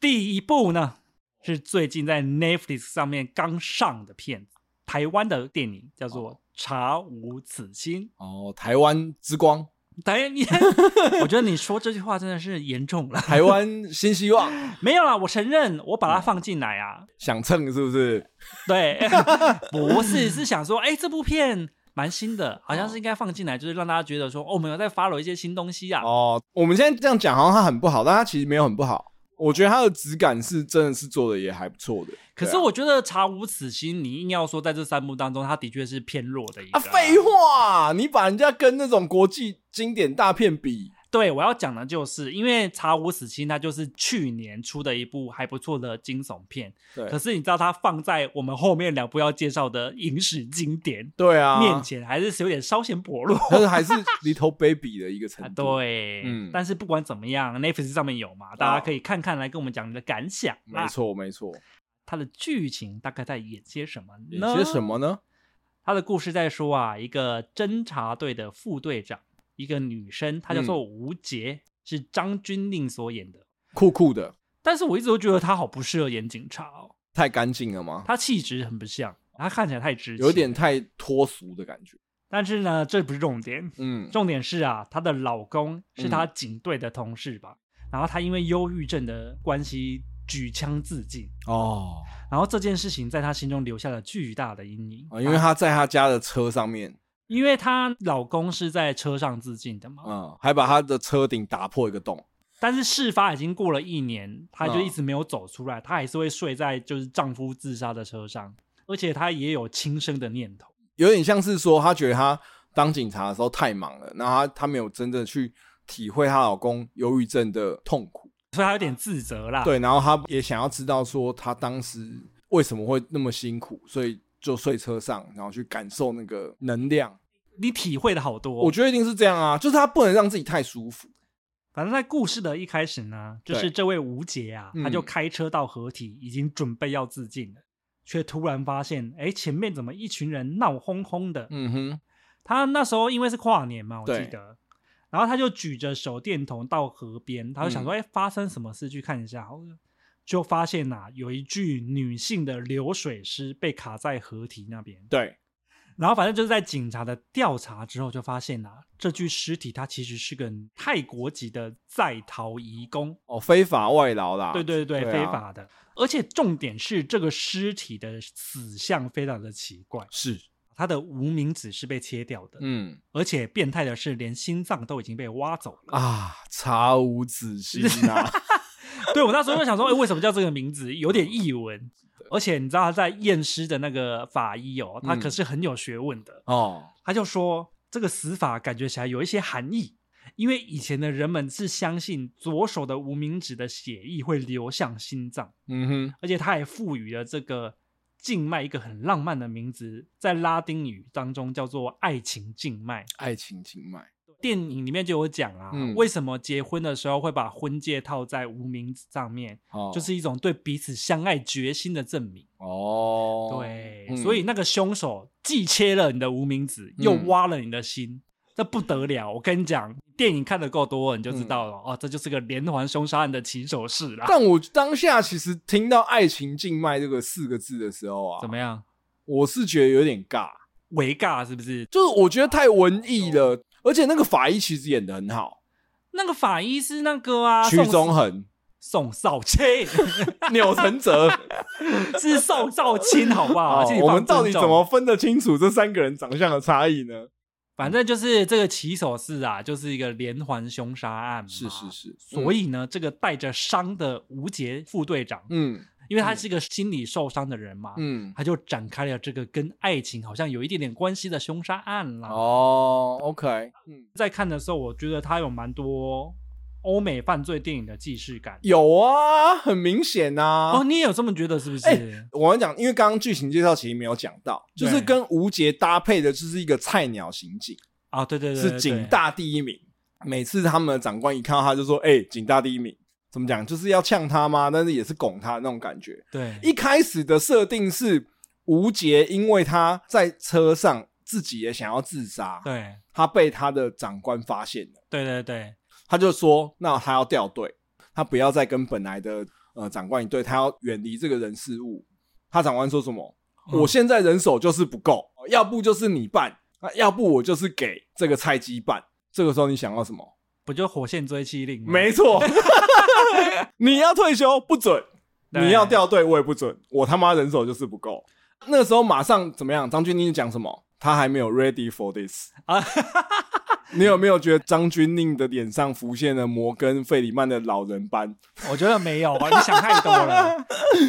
Speaker 1: 第一部呢是最近在 Netflix 上面刚上的片子，台湾的电影叫做《查无此心。
Speaker 2: 哦，台湾之光，
Speaker 1: 导 演，你我觉得你说这句话真的是严重了。
Speaker 2: 台湾新希望，
Speaker 1: 没有啦，我承认，我
Speaker 2: 嗯
Speaker 1: 把它放进来啊。
Speaker 2: 想蹭是不是？
Speaker 1: 对， 不是是想说，哎、这部片蛮新的，好
Speaker 2: 哦
Speaker 1: 像是应该放进来，就是让大家觉得说，哦，我们有在 follow 一些新东西啊。
Speaker 2: 哦，我们现在这样讲好像它很不好，但它其实没有很不好。我觉得它的质感是真的是做的也还不错的。啊
Speaker 1: 可是我觉得《查无此心》，你硬要说在这三部当中，它的确是偏弱的一个
Speaker 2: 啊，废、话，你把人家跟那种国际经典大片比，
Speaker 1: 对，我要讲的就是，因为《查无此心》它就是去年出的一部还不错的惊悚片，
Speaker 2: 对
Speaker 1: 可是你知道它放在我们后面两部要介绍的影史经典
Speaker 2: 对啊，
Speaker 1: 面前，还是有点稍显薄 弱。
Speaker 2: 但是还是 Little Baby 的一个程
Speaker 1: 啊，
Speaker 2: 度。
Speaker 1: 对，
Speaker 2: 嗯
Speaker 1: 但是不管怎么样，Netflix 上面有嘛，大家可以看看来跟我们讲你的感想啦。
Speaker 2: 哦没错，没错。
Speaker 1: 它的剧情大概在演些什么呢？
Speaker 2: 有些什？么呢？
Speaker 1: 他的故事在说啊，一个侦察队的副队长，一个女生，她叫
Speaker 2: 嗯
Speaker 1: 做吴杰，是张钧甯所演的。
Speaker 2: 酷酷的，
Speaker 1: 但是我一直都觉得她好不适合演警察哦，
Speaker 2: 太干净了吗？
Speaker 1: 她气质很不像，她看起来太直，
Speaker 2: 有点。太脱俗的感觉。
Speaker 1: 但是呢，这不是重点，
Speaker 2: 嗯，
Speaker 1: 重点是啊，她的老公是她警队的同事吧，然后她因为忧郁症的关系举枪自尽，
Speaker 2: 哦，
Speaker 1: 然后这件事情在她心中留下了巨大的阴影
Speaker 2: 啊，因为她在她家的车上面，
Speaker 1: 因为她老公是在车上自尽的嘛，
Speaker 2: 嗯，还把她的车顶打破一个洞。
Speaker 1: 但是事发已经过了一年，她就一直没有走出来，她还是会睡在就是丈夫自杀的车上，而且她也有轻生的念头。
Speaker 2: 有点像是说，她觉得她当警察的时候太忙了，那她她没有真正去体会她老公忧郁症的痛苦。
Speaker 1: 所以她有点自责啦。，
Speaker 2: 对，然后她也想要知道说，她当时为什么会那么辛苦，所以就睡车上，然后去感受那个能量。
Speaker 1: 你体会的好多。哦
Speaker 2: 我觉得一定是这样啊，就是她不能让自己太舒服。
Speaker 1: 反正在故事的一开始呢，就是
Speaker 2: 对
Speaker 1: 这位吴杰啊，
Speaker 2: 嗯
Speaker 1: 他就开车到合体，已经准备要自尽了，却突然发现，哎，前面怎么一群人闹哄哄的？
Speaker 2: 嗯哼，
Speaker 1: 他那时候因为是跨年嘛，我记
Speaker 2: 对
Speaker 1: 得，然后他就举着手电筒到河边，他就
Speaker 2: 嗯
Speaker 1: 想说：“哎、发生什么事？去看一下好了。”就发现呐、啊有一具女性的流水尸被卡在河堤那边。
Speaker 2: 对，
Speaker 1: 然后反正就是在警察的调查之后，就发现呐、这具尸体它其实是个泰国籍的在逃移工。
Speaker 2: 哦，非法外劳啦，
Speaker 1: 对对对，
Speaker 2: 对啊
Speaker 1: 非法的。而且重点是，这个尸体的死相非常的奇怪，
Speaker 2: 是，
Speaker 1: 它的无名指是被切掉的。
Speaker 2: 嗯
Speaker 1: 而且变态的是，连心脏都已经被挖走了。
Speaker 2: 啊，查无此心 啊，
Speaker 1: 对我那时候就想说， 哎、为什么叫这个名字？有点译文。而且你知道他在验尸的那个法医哦，他
Speaker 2: 嗯
Speaker 1: 可是很有学问的。
Speaker 2: 哦，
Speaker 1: 他就说，这个死法感觉起来有一些含义，因为以前的人们是相信左手的无名指的血液会流向心脏，
Speaker 2: 嗯哼，
Speaker 1: 而且他还赋予了这个静脉一个很浪漫的名字，在拉丁语当中叫做爱情静脉。
Speaker 2: 爱情经脉，
Speaker 1: 电影里面就有讲啊，
Speaker 2: 嗯
Speaker 1: 为什么结婚的时候会把婚戒套在无名指上面，
Speaker 2: 哦，
Speaker 1: 就是一种对彼此相爱决心的证明。
Speaker 2: 哦，
Speaker 1: 对，
Speaker 2: 嗯
Speaker 1: 所以那个凶手既切了你的无名指，又挖了你的心，这不得了！我跟你讲，电影看的够多，你就知道了、
Speaker 2: 嗯
Speaker 1: 哦，这就是个连环凶杀案的起手式啦。
Speaker 2: 但我当下其实听到“爱情静脉”这个四个字的时候啊，
Speaker 1: 怎么样？
Speaker 2: 我是觉得有点尬，
Speaker 1: 违尬是不是？
Speaker 2: 就是我觉得太文艺
Speaker 1: 哦
Speaker 2: 了，而且那个法医其实演的很好，
Speaker 1: 那个法医是那个啊，
Speaker 2: 屈
Speaker 1: 宋
Speaker 2: 中恒、
Speaker 1: 宋少卿
Speaker 2: 钮承泽，
Speaker 1: 是宋少卿，好不好？
Speaker 2: 哦
Speaker 1: 请你
Speaker 2: 我
Speaker 1: 放
Speaker 2: 们到底
Speaker 1: 尊重
Speaker 2: 怎么分得清楚这三个人长相的差异呢？
Speaker 1: 反正就是这个起手式啊，就是一个连环凶杀案嘛。
Speaker 2: 是是。是，
Speaker 1: 所以呢，这个带着伤的吴杰副队长，
Speaker 2: 嗯
Speaker 1: 因为他是一个心理受伤的人嘛，
Speaker 2: 嗯，
Speaker 1: 他就展开了这个跟爱情好像有一点点关系的凶杀案啦。
Speaker 2: 哦，OK，嗯，
Speaker 1: 在看的时候，我觉得他有蛮多欧美犯罪电影的既视感。
Speaker 2: 有啊，很明显啊。
Speaker 1: 哦，你也有这么觉得是不是？
Speaker 2: 哎我要讲，因为刚刚剧情介绍其实没有讲到，
Speaker 1: 对
Speaker 2: 就是跟吴杰搭配的，就是一个菜鸟刑警，
Speaker 1: 啊，对对对对
Speaker 2: 是警大第一名。每次他们的长官一看到他，就说：“哎、警大第一名。”怎么讲？就是要呛他吗？但是也是拱他那种感觉。
Speaker 1: 对，对
Speaker 2: 一开始的设定是吴杰，因为他在车上自己也想要自杀，
Speaker 1: 对
Speaker 2: 他被他的长官发现了。
Speaker 1: 对对对，
Speaker 2: 他就说，那他要掉队，他不要再跟本来的呃长官一队，他要远离这个人事物。他长官说什么？
Speaker 1: 嗯
Speaker 2: 我现在人手就是不够，要不就是你办，啊要不我就是给这个菜鸡办。这个时候你想要什么？
Speaker 1: 不就火线追妻令吗？
Speaker 2: 没错， 你要退休不准，
Speaker 1: 对
Speaker 2: 你要掉队我也不准，我他妈人手就是不够。那时候马上怎么样？张钧甯讲什么？他还没有 ready for this
Speaker 1: 啊
Speaker 2: 啊！ 你有没有觉得张钧甯的脸上浮现了摩根费里曼的老人斑？
Speaker 1: 我觉得没有吧，你想太多了。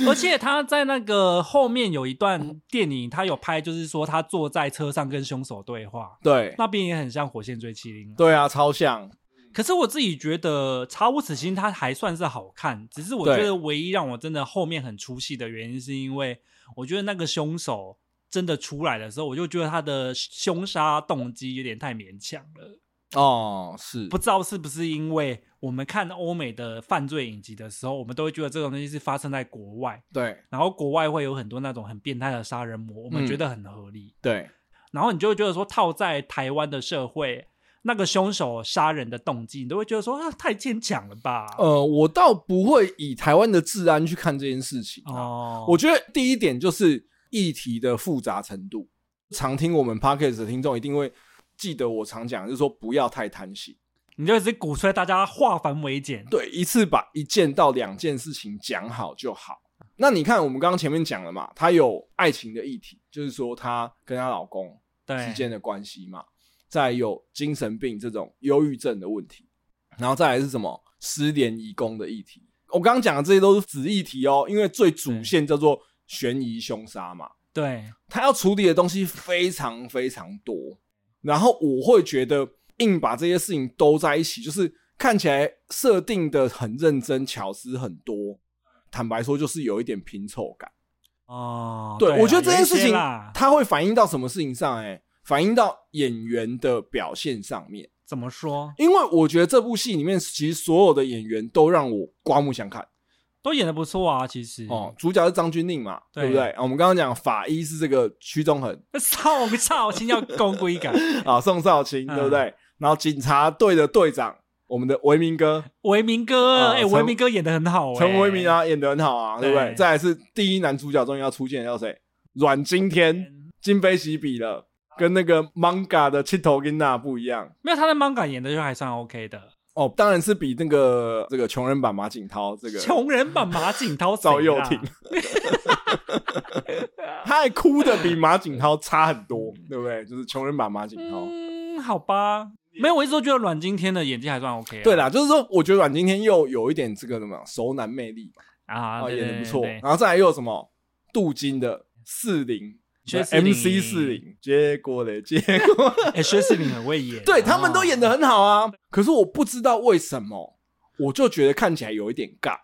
Speaker 1: 而且他在那个后面有一段电影，他有拍，就是说他坐在车上跟凶手对话，
Speaker 2: 对
Speaker 1: 那边也很像《火线追妻令》。
Speaker 2: 对啊，超像。
Speaker 1: 可是我自己觉得《查无此心》它还算是好看，只是我觉
Speaker 2: 对
Speaker 1: 得唯一让我真的后面很出戏的原因，是因为我觉得那个凶手真的出来的时候，我就觉得他的凶杀动机有点太勉强了。
Speaker 2: 哦，是
Speaker 1: 不知道是不是因为我们看欧美的犯罪影集的时候，我们都会觉得这种东西是发生在国外，
Speaker 2: 对
Speaker 1: 然后国外会有很多那种很变态的杀人魔，我们
Speaker 2: 嗯
Speaker 1: 觉得很合理。
Speaker 2: 对
Speaker 1: 然后你就会觉得说，套在台湾的社会，那个凶手杀人的动机，你都会觉得说啊，太牵强了吧？
Speaker 2: 呃，我倒不会以台湾的治安去看这件事情啊。
Speaker 1: 哦，
Speaker 2: 我觉得第一点就是议题的复杂程度。常听我们 podcast 的听众一定会记得我常讲，就是说不要太贪心，
Speaker 1: 你就一直鼓吹大家化繁为简，
Speaker 2: 对，一次把一件到两件事情讲好就好。那你看，我们刚刚前面讲了嘛，她有爱情的议题，就是说她跟她老公之
Speaker 1: 对，
Speaker 2: 间的关系嘛，再有精神病这种忧郁症的问题，然后再来是什么失联移工的议题。我刚刚讲的这些都是子议题哦，因为最主线叫做悬疑凶杀嘛，
Speaker 1: 对，
Speaker 2: 他要处理的东西非常非常多。然后我会觉得硬把这些事情兜在一起，就是看起来设定的很认真，巧思很多。坦白说，就是有一点拼凑感。
Speaker 1: 哦，
Speaker 2: 对，
Speaker 1: 啊
Speaker 2: 我觉得这件事
Speaker 1: 有一
Speaker 2: 情
Speaker 1: 些啦，
Speaker 2: 它会反映到什么事情上、欸？哎，反映到演员的表现上面。
Speaker 1: 怎么说
Speaker 2: 因为我觉得这部戏里面，其实所有的演员都让我刮目相看
Speaker 1: 都演的不错啊，其实
Speaker 2: 哦。，主角是张钧甯嘛，
Speaker 1: 对
Speaker 2: 对不对？啊我们刚刚讲法医是这个屈中恒
Speaker 1: 少少心要公规感，
Speaker 2: 啊，宋少卿，
Speaker 1: 嗯
Speaker 2: 对不对？然后警察队的队长，我们的维明哥
Speaker 1: 维明哥，
Speaker 2: 啊
Speaker 1: 哎，
Speaker 2: 陈
Speaker 1: 维明哥演的很好，哎
Speaker 2: 陈维明，啊，演得很好啊，对不
Speaker 1: 对
Speaker 2: 对？再来是第一男主角终于要出现，叫谁？阮经天，今非昔比了，跟那个 manga 的七头跟那不一样。
Speaker 1: 没有他在漫感演的就还算 OK 的，
Speaker 2: 哦，当然是比那个这个穷人版马景涛这个
Speaker 1: 穷人版马景涛谁啦啊
Speaker 2: 赵又廷，他还哭的比马景涛差很多，对不对？就是穷人版马景涛。
Speaker 1: 嗯，好吧，没有，我一直都觉得阮经天的演技还算 OK，啊
Speaker 2: 对啦，就是说，我觉得阮经天又有一点这个什么熟男魅力吧，
Speaker 1: 啊，
Speaker 2: 啊，
Speaker 1: 对
Speaker 2: 演的不错。
Speaker 1: 对对
Speaker 2: 然后再来又有什么镀金的四零
Speaker 1: 薛士林
Speaker 2: ，MC 四零， 结果嘞，结果
Speaker 1: 哎，薛世明很会演，
Speaker 2: 对他们都演的
Speaker 1: 很。
Speaker 2: 很好啊。可是我不知道为什么，我就觉得看起来有一点尬。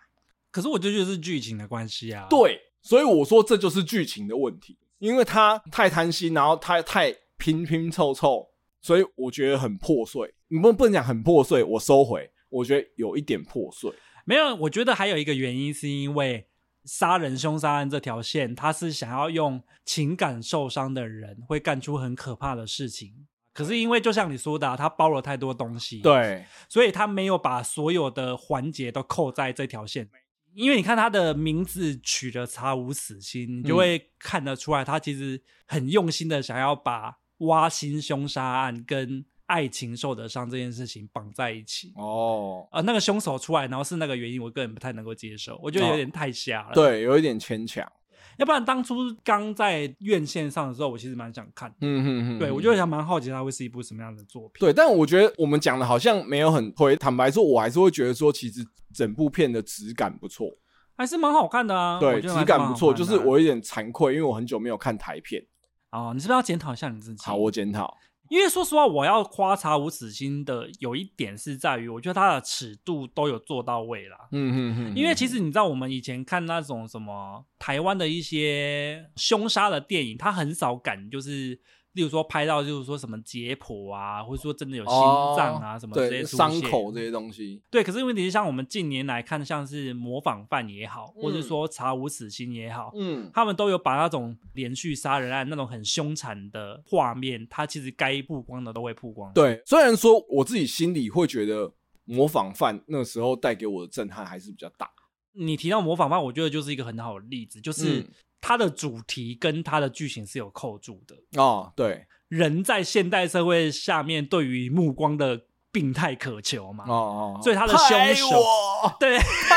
Speaker 1: 可是我就觉得是剧情的关系啊。，
Speaker 2: 对，所以我说这就是剧情的问题，因为他太贪心，然后他太拼拼凑凑，所以我觉得很破碎。你不不能讲很破碎，我收回，我觉得有一点破碎。
Speaker 1: 没有，我觉得还有一个原因是因为杀人凶杀案这条线，他是想要用情感受伤的人会干出很可怕的事情。可是因为就像你说的啊、他包了太多东西，，
Speaker 2: 对，
Speaker 1: 所以他没有把所有的环节都扣在这条线。因为你看他的名字取的“查无死心”，你
Speaker 2: 嗯
Speaker 1: 就会看得出来，他其实很用心的想要把挖心凶杀案跟爱情受得伤这件事情绑在一起。
Speaker 2: 哦，
Speaker 1: 啊，那个凶手出来，然后是那个原因，我个人不太能够接受，我觉得有点太瞎了。，
Speaker 2: 哦对，有一点牵强。
Speaker 1: 要不然当初刚在院线上的时候，我其实蛮想看的。
Speaker 2: 嗯哼哼，
Speaker 1: 对，我就还蛮好奇它会是一部什么样的作品。
Speaker 2: 对，但我觉得我们讲的好像没有很推。坦白说，我还是会觉得说，其实整部片的质感不错，
Speaker 1: 还是蛮好看的啊。我
Speaker 2: 对，
Speaker 1: 觉得
Speaker 2: 质
Speaker 1: 还
Speaker 2: 感
Speaker 1: 蛮好
Speaker 2: 不错。
Speaker 1: 看
Speaker 2: 就
Speaker 1: 的
Speaker 2: 是
Speaker 1: 啊
Speaker 2: 我有点惭愧，因为我很久没有看台片。
Speaker 1: 哦，你是不是要检讨一下你自己？
Speaker 2: 好，我检讨。
Speaker 1: 因为说实话，我要夸《查无此心》的有一点是在于，我觉得它的尺度都有做到位啦。
Speaker 2: 嗯哼哼哼，
Speaker 1: 因为其实你知道，我们以前看那种什么台湾的一些凶杀的电影，它很少敢就是，例如说拍到就是说什么解剖啊，或者说真的有心脏啊、
Speaker 2: 哦
Speaker 1: 什么这些
Speaker 2: 对
Speaker 1: 出
Speaker 2: 伤
Speaker 1: 现
Speaker 2: 口这些东西，
Speaker 1: 对，可是问题是像我们近年来看，像是模仿犯也好，
Speaker 2: 嗯
Speaker 1: 或者说查无死心也好。
Speaker 2: 嗯，
Speaker 1: 他们都有把那种连续杀人案那种很凶残的画面，它其实该曝光的都会曝光。
Speaker 2: 对。虽然说我自己心里会觉得模仿犯那时候带给我的震撼还是比较大，
Speaker 1: 你提到模仿犯，我觉得就是一个很好的例子，就是
Speaker 2: 嗯
Speaker 1: 它的主题跟它的剧情是有扣住的。
Speaker 2: 哦，对，
Speaker 1: 人在现代社会下面对于目光的病态渴求嘛，
Speaker 2: 哦哦，
Speaker 1: 所以他的凶手
Speaker 2: 拍我
Speaker 1: 对，
Speaker 2: 拍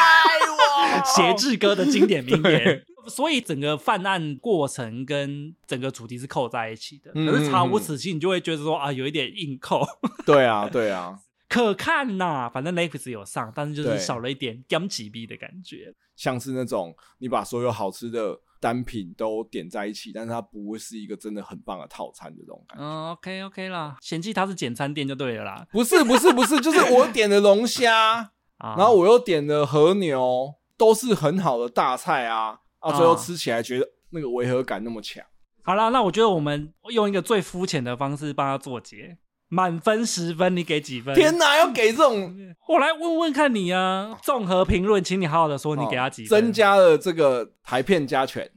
Speaker 2: 我，
Speaker 1: 邪志哥的经典名言
Speaker 2: 对。
Speaker 1: 所以整个犯案过程跟整个主题是扣在一起的，
Speaker 2: 嗯
Speaker 1: 可是查无此心，你就会觉得说啊，有一点硬扣，
Speaker 2: 对啊，对啊，
Speaker 1: 可看呐、反正 Netflix 有上，但是就是
Speaker 2: 对
Speaker 1: 少了一点 g a m 逼的感觉。
Speaker 2: 像是那种你把所有好吃的单品都点在一起，但是它不会是一个真的很棒的套餐的这种感觉。
Speaker 1: 嗯，OK OK 啦，嫌弃它是简餐店就对了啦。
Speaker 2: 不是不是不是，就是我点的龙虾，
Speaker 1: 啊，
Speaker 2: 然后我又点了和牛，都是很好的大菜啊，啊，最后吃起来觉得那个违和感那么强。
Speaker 1: 好啦，那我觉得我们用一个最肤浅的方式帮他做结，满分十分，你给几分？
Speaker 2: 天哪，要给这种
Speaker 1: 我来问问看你啊，综合评论，请你好好的哦说，你
Speaker 2: 哦
Speaker 1: 给他几分？
Speaker 2: 增加了这个台片加权，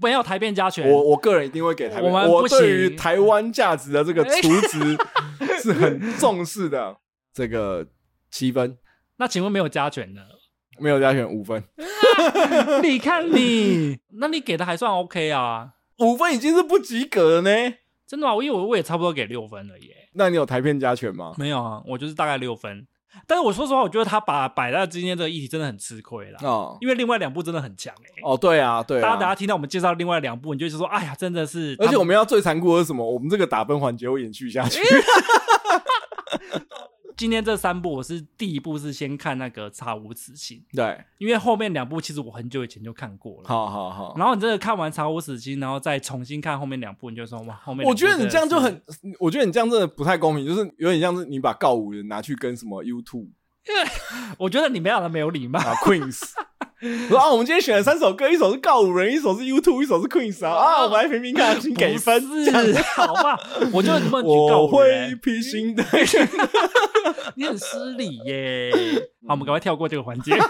Speaker 1: 不要台变加权。
Speaker 2: 我我个人一定会给台
Speaker 1: 我
Speaker 2: 湾。
Speaker 1: 们
Speaker 2: 我
Speaker 1: 不
Speaker 2: 对于
Speaker 1: 行哎
Speaker 2: 台湾价值的这个除值 是很重视的。这个七分
Speaker 1: 那请问没有加权 的？
Speaker 2: 没有加权五分，
Speaker 1: 你看你，那你给的还算 OK 啊？
Speaker 2: 五分已经是不及格了呢。
Speaker 1: 真的吗？因为我我也差不多给六分了耶。
Speaker 2: 那你有台片加权吗？
Speaker 1: 没有啊，我就是大概六分。但是我说实话，我觉得他把摆在今天这个议题真的很吃亏啦，
Speaker 2: 哦
Speaker 1: 因为另外两部真的很强哎、
Speaker 2: 哦，对啊，对
Speaker 1: 大家等
Speaker 2: 啊
Speaker 1: 下。听到我们介绍另外两部，你就会说，哎呀，真的是他
Speaker 2: 而
Speaker 1: 们。
Speaker 2: 且我们要嗯最残酷的是什么？我们这个打分环节会延续下去。
Speaker 1: 今天这三部，我是第一部是先看那个《查无此心》，
Speaker 2: 对，
Speaker 1: 因为后面两部其实我很久以前就看过了。
Speaker 2: 好好好。
Speaker 1: 然后你这个看完《查无此心》，然后再重新看后面两部，你就说哇，后面两部
Speaker 2: 我觉得你这样就
Speaker 1: 真的
Speaker 2: 很，我觉得你这样真的不太公平，就是有点像是你把告五人拿去跟什么 YouTube
Speaker 1: 是，我觉得你们俩的没有 礼貌。
Speaker 2: 啊 Queens，然后我们今天选了三首歌，一首是告五人，一首是 YouTube，一首是 Queens 啊，啊，我们来评评看，请给分。
Speaker 1: 不是，好吧？我就你们举
Speaker 2: 我
Speaker 1: 告五
Speaker 2: 会
Speaker 1: 人，
Speaker 2: 披星 戴
Speaker 1: 你很失礼 耶。好，我们赶快跳过这个环节。第二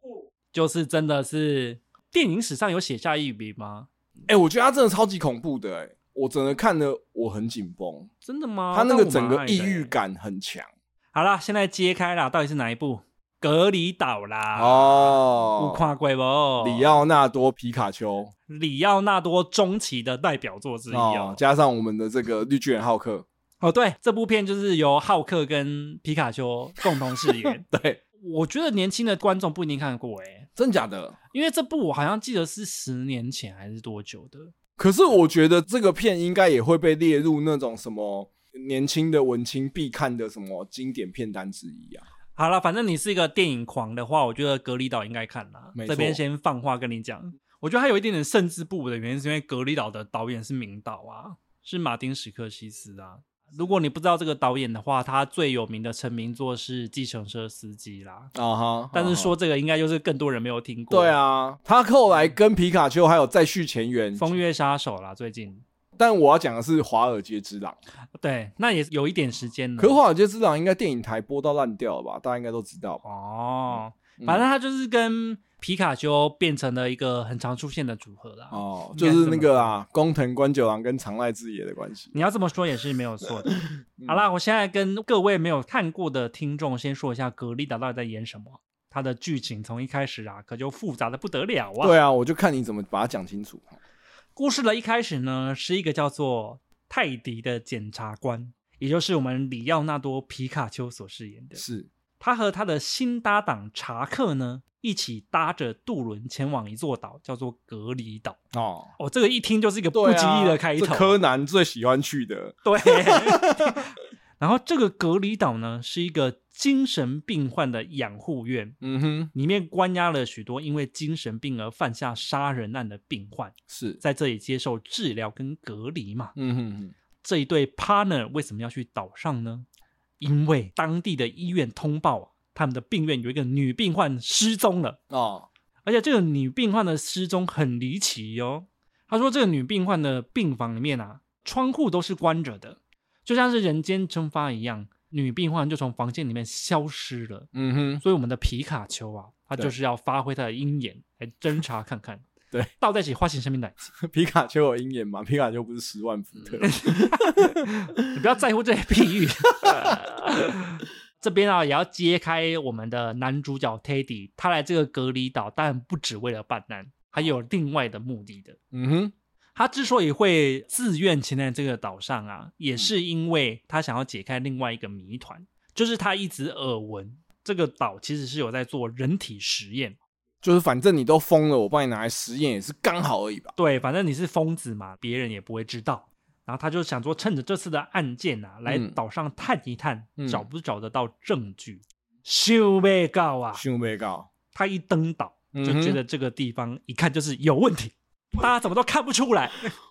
Speaker 1: 部就是真的是电影史上有写下一笔吗？
Speaker 2: 哎、我觉得他真的超级恐怖的、欸，我真的看的我很紧绷，
Speaker 1: 真的吗？
Speaker 2: 他那
Speaker 1: 哦但我
Speaker 2: 个
Speaker 1: 蛮
Speaker 2: 整个
Speaker 1: 爱的
Speaker 2: 抑
Speaker 1: 耶
Speaker 2: 郁。感很强
Speaker 1: 好啦，现在揭开啦，到底是哪一部？隔离岛啦。有
Speaker 2: 哦。
Speaker 1: 看过不？
Speaker 2: 里奥纳多皮卡丘
Speaker 1: 里奥纳多中期的代表作之一
Speaker 2: 哦
Speaker 1: 哦，。
Speaker 2: 加上我们的这个绿巨人 浩克，。
Speaker 1: 哦，对，这部片就是由浩克跟皮卡丘共同饰演
Speaker 2: 对，
Speaker 1: 我觉得年轻的观众不一定看过诶、欸
Speaker 2: 真假的？
Speaker 1: 因为这部我好像记得是十年前还是多久的。
Speaker 2: 可是我觉得这个片应该也会被列入那种什么年轻的文青必看的什么经典片单之一啊。
Speaker 1: 好了，反正你是一个电影狂的话，我觉得《隔离岛》应该看啦
Speaker 2: 没。错
Speaker 1: 这边先放话跟你讲，我觉得它有一点点胜之不武的原因，是因为《隔离岛》的导演是名导啊，是马丁·史克西斯啊。如果你不知道这个导演的话，他最有名的成名作是《计程车司机》啦。
Speaker 2: 啊哈！
Speaker 1: 但是
Speaker 2: 啊
Speaker 1: 说这个应该就是更多人没有听
Speaker 2: 哈
Speaker 1: 过。
Speaker 2: 对，啊，他后来跟皮卡丘还有再续前缘，
Speaker 1: 《嗯风月杀手》啦，最近
Speaker 2: 但我要讲的是《华尔街之狼》。
Speaker 1: 对，那也有一点时间了。
Speaker 2: 可是《华尔街之狼》应该电影台播到烂掉了吧？大家应该都知道吧？
Speaker 1: 哦，
Speaker 2: 嗯
Speaker 1: 反正他就是跟皮卡丘变成了一个很常出现的组合啦。
Speaker 2: 哦，
Speaker 1: 啊应
Speaker 2: 就
Speaker 1: 该
Speaker 2: 是
Speaker 1: 这
Speaker 2: 那
Speaker 1: 么
Speaker 2: 个啊，工藤官九郎跟长濑智也的关系。
Speaker 1: 你要这么说也是没有错 的。好
Speaker 2: 嗯
Speaker 1: 啦，我现在跟各位没有看过的听众先说一下《格力达到底在演什么。它的剧情从一开始啊，可就复杂的不得了啊。
Speaker 2: 对啊，我就看你怎么把它讲清楚。
Speaker 1: 故事的一开始呢，是一个叫做泰迪的检察官，也就是我们里奥纳多·皮卡丘所饰演的。
Speaker 2: 是
Speaker 1: 他和他的新搭档查克呢，一起搭着渡轮前往一座岛，叫做隔离岛。
Speaker 2: 哦，
Speaker 1: 哦，这个一听就是一个不
Speaker 2: 对
Speaker 1: 吉
Speaker 2: 啊
Speaker 1: 利的开
Speaker 2: 这
Speaker 1: 头。
Speaker 2: 柯南最喜欢去的
Speaker 1: 对。 然后这个隔离岛呢，是一个精神病患的养护院，
Speaker 2: 嗯哼，
Speaker 1: 里面关押了许多因为精神病而犯下杀人案的病患，
Speaker 2: 是，
Speaker 1: 在这里接受治疗跟隔离嘛。
Speaker 2: 嗯哼哼。
Speaker 1: 这一对 partner 为什么要去岛上呢？因为当地的医院通报啊，他们的病院有一个女病患失踪了，
Speaker 2: 哦，
Speaker 1: 而且这个女病患的失踪很离奇哦。他说这个女病患的病房里面啊，窗户都是关着的，就像是人间蒸发一样，女病患就从房间里面消失了。
Speaker 2: 嗯哼，
Speaker 1: 所以我们的皮卡丘啊，它
Speaker 2: 对
Speaker 1: 就是要发挥它的鹰眼来侦查看看。
Speaker 2: 对，
Speaker 1: 倒在一起花钱生命来，
Speaker 2: 皮卡丘有鹰眼嘛？皮卡丘不是十
Speaker 1: 嗯
Speaker 2: 万伏特？
Speaker 1: 你不要在乎这些譬喻。 这边啊，也要揭开我们的男主角 Teddy，他来这个隔离岛，当然不只为了办案，还有另外的目的的。
Speaker 2: 嗯哼，
Speaker 1: 他之所以会自愿前来这个岛上啊，
Speaker 2: 嗯
Speaker 1: 也是因为他想要解开另外一个谜团，就是他一直耳闻这个岛其实是有在做人体实验。
Speaker 2: 就是反正你都疯了，我帮你拿来实验也是刚好而已吧。
Speaker 1: 对，反正你是疯子嘛，别人也不会知道。然后他就想说，趁着这次的案件啊，来
Speaker 2: 嗯
Speaker 1: 岛上探一探，
Speaker 2: 嗯
Speaker 1: 找不找得到证据。修被告啊，
Speaker 2: 胸被告，
Speaker 1: 他一登岛就
Speaker 2: 嗯哼
Speaker 1: 觉得这个地方一看就是有问题，大家怎么都看不出来，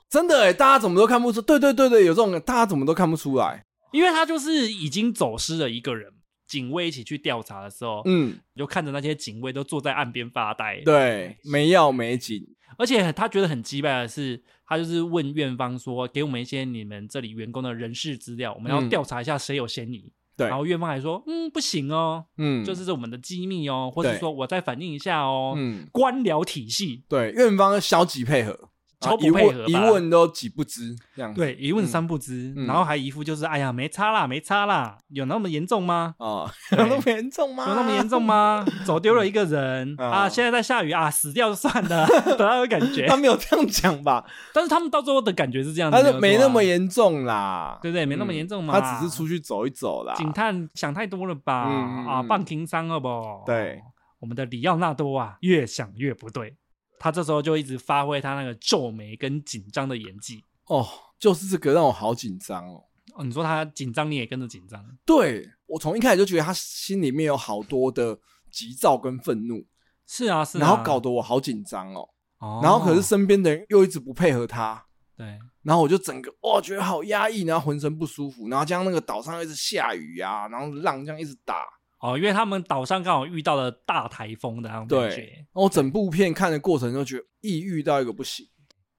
Speaker 2: 真的哎、大家怎么都看不出，对对对对，有这种人，大家怎么都看不出来。
Speaker 1: 因为他就是已经走失了一个人。警卫一起去调查的时候，
Speaker 2: 嗯，
Speaker 1: 你就看着那些警卫都坐在岸边发呆。，
Speaker 2: 对，没药没警，
Speaker 1: 而且他觉得很鸡掰的是，他就是问院方说，给我们一些你们这里员工的人事资料，我们要
Speaker 2: 嗯
Speaker 1: 调查一下谁有嫌疑。
Speaker 2: 对
Speaker 1: 然后院方还说，嗯，不行哦，
Speaker 2: 嗯，
Speaker 1: 就是这我们的机密哦，或者
Speaker 2: 对
Speaker 1: 说我再反映一下哦，
Speaker 2: 嗯，
Speaker 1: 官僚体系。
Speaker 2: 对，院方消极配合，啊
Speaker 1: 超不
Speaker 2: 一问
Speaker 1: 配合吧
Speaker 2: 一问都几不知这样子。
Speaker 1: 对，一问
Speaker 2: 嗯
Speaker 1: 三不知，
Speaker 2: 嗯
Speaker 1: 然后还一副就是，哎呀，没差啦，没差啦，有那么严重吗？
Speaker 2: 啊，
Speaker 1: 对
Speaker 2: 有那么严重吗？
Speaker 1: 有那么严重？ 吗？走丢了一个人、
Speaker 2: 嗯
Speaker 1: 啊！现在在下雨啊，死掉就算了 的那种感觉
Speaker 2: 他。没有这样 讲吧？
Speaker 1: 但是他们到最后的感觉是这样子，
Speaker 2: 他是没那么
Speaker 1: 严，
Speaker 2: 严重啦，
Speaker 1: 啊对不对？没那么
Speaker 2: 嗯
Speaker 1: 严重嘛。
Speaker 2: 他只是出去走一走啦。
Speaker 1: 警探想太多了吧？
Speaker 2: 嗯嗯
Speaker 1: 啊，
Speaker 2: 嗯
Speaker 1: 棒情商了不？
Speaker 2: 对，
Speaker 1: 我们的里奥纳多啊，越想越不对。他这时候就一直发挥他那个皱眉跟紧张的演技。
Speaker 2: 哦，就是这个让我好紧张哦。
Speaker 1: 哦，你说他紧张，你也跟着紧张，
Speaker 2: 对我从一开始就觉得他心里面有好多的急躁跟愤怒，
Speaker 1: 是啊，是啊。
Speaker 2: 然后搞得我好紧张哦。
Speaker 1: 哦，
Speaker 2: 然后可是身边的人又一直不配合他，
Speaker 1: 对，
Speaker 2: 然后我就整个哇觉得好压抑，然后浑身不舒服，然后加上那个岛上又一直下雨啊，然后浪这样一直打，
Speaker 1: 哦，因为他们岛上刚好遇到了大台风的那种感
Speaker 2: 对
Speaker 1: 觉。。
Speaker 2: 然后我整部片看的过程就觉得抑郁到一个不行，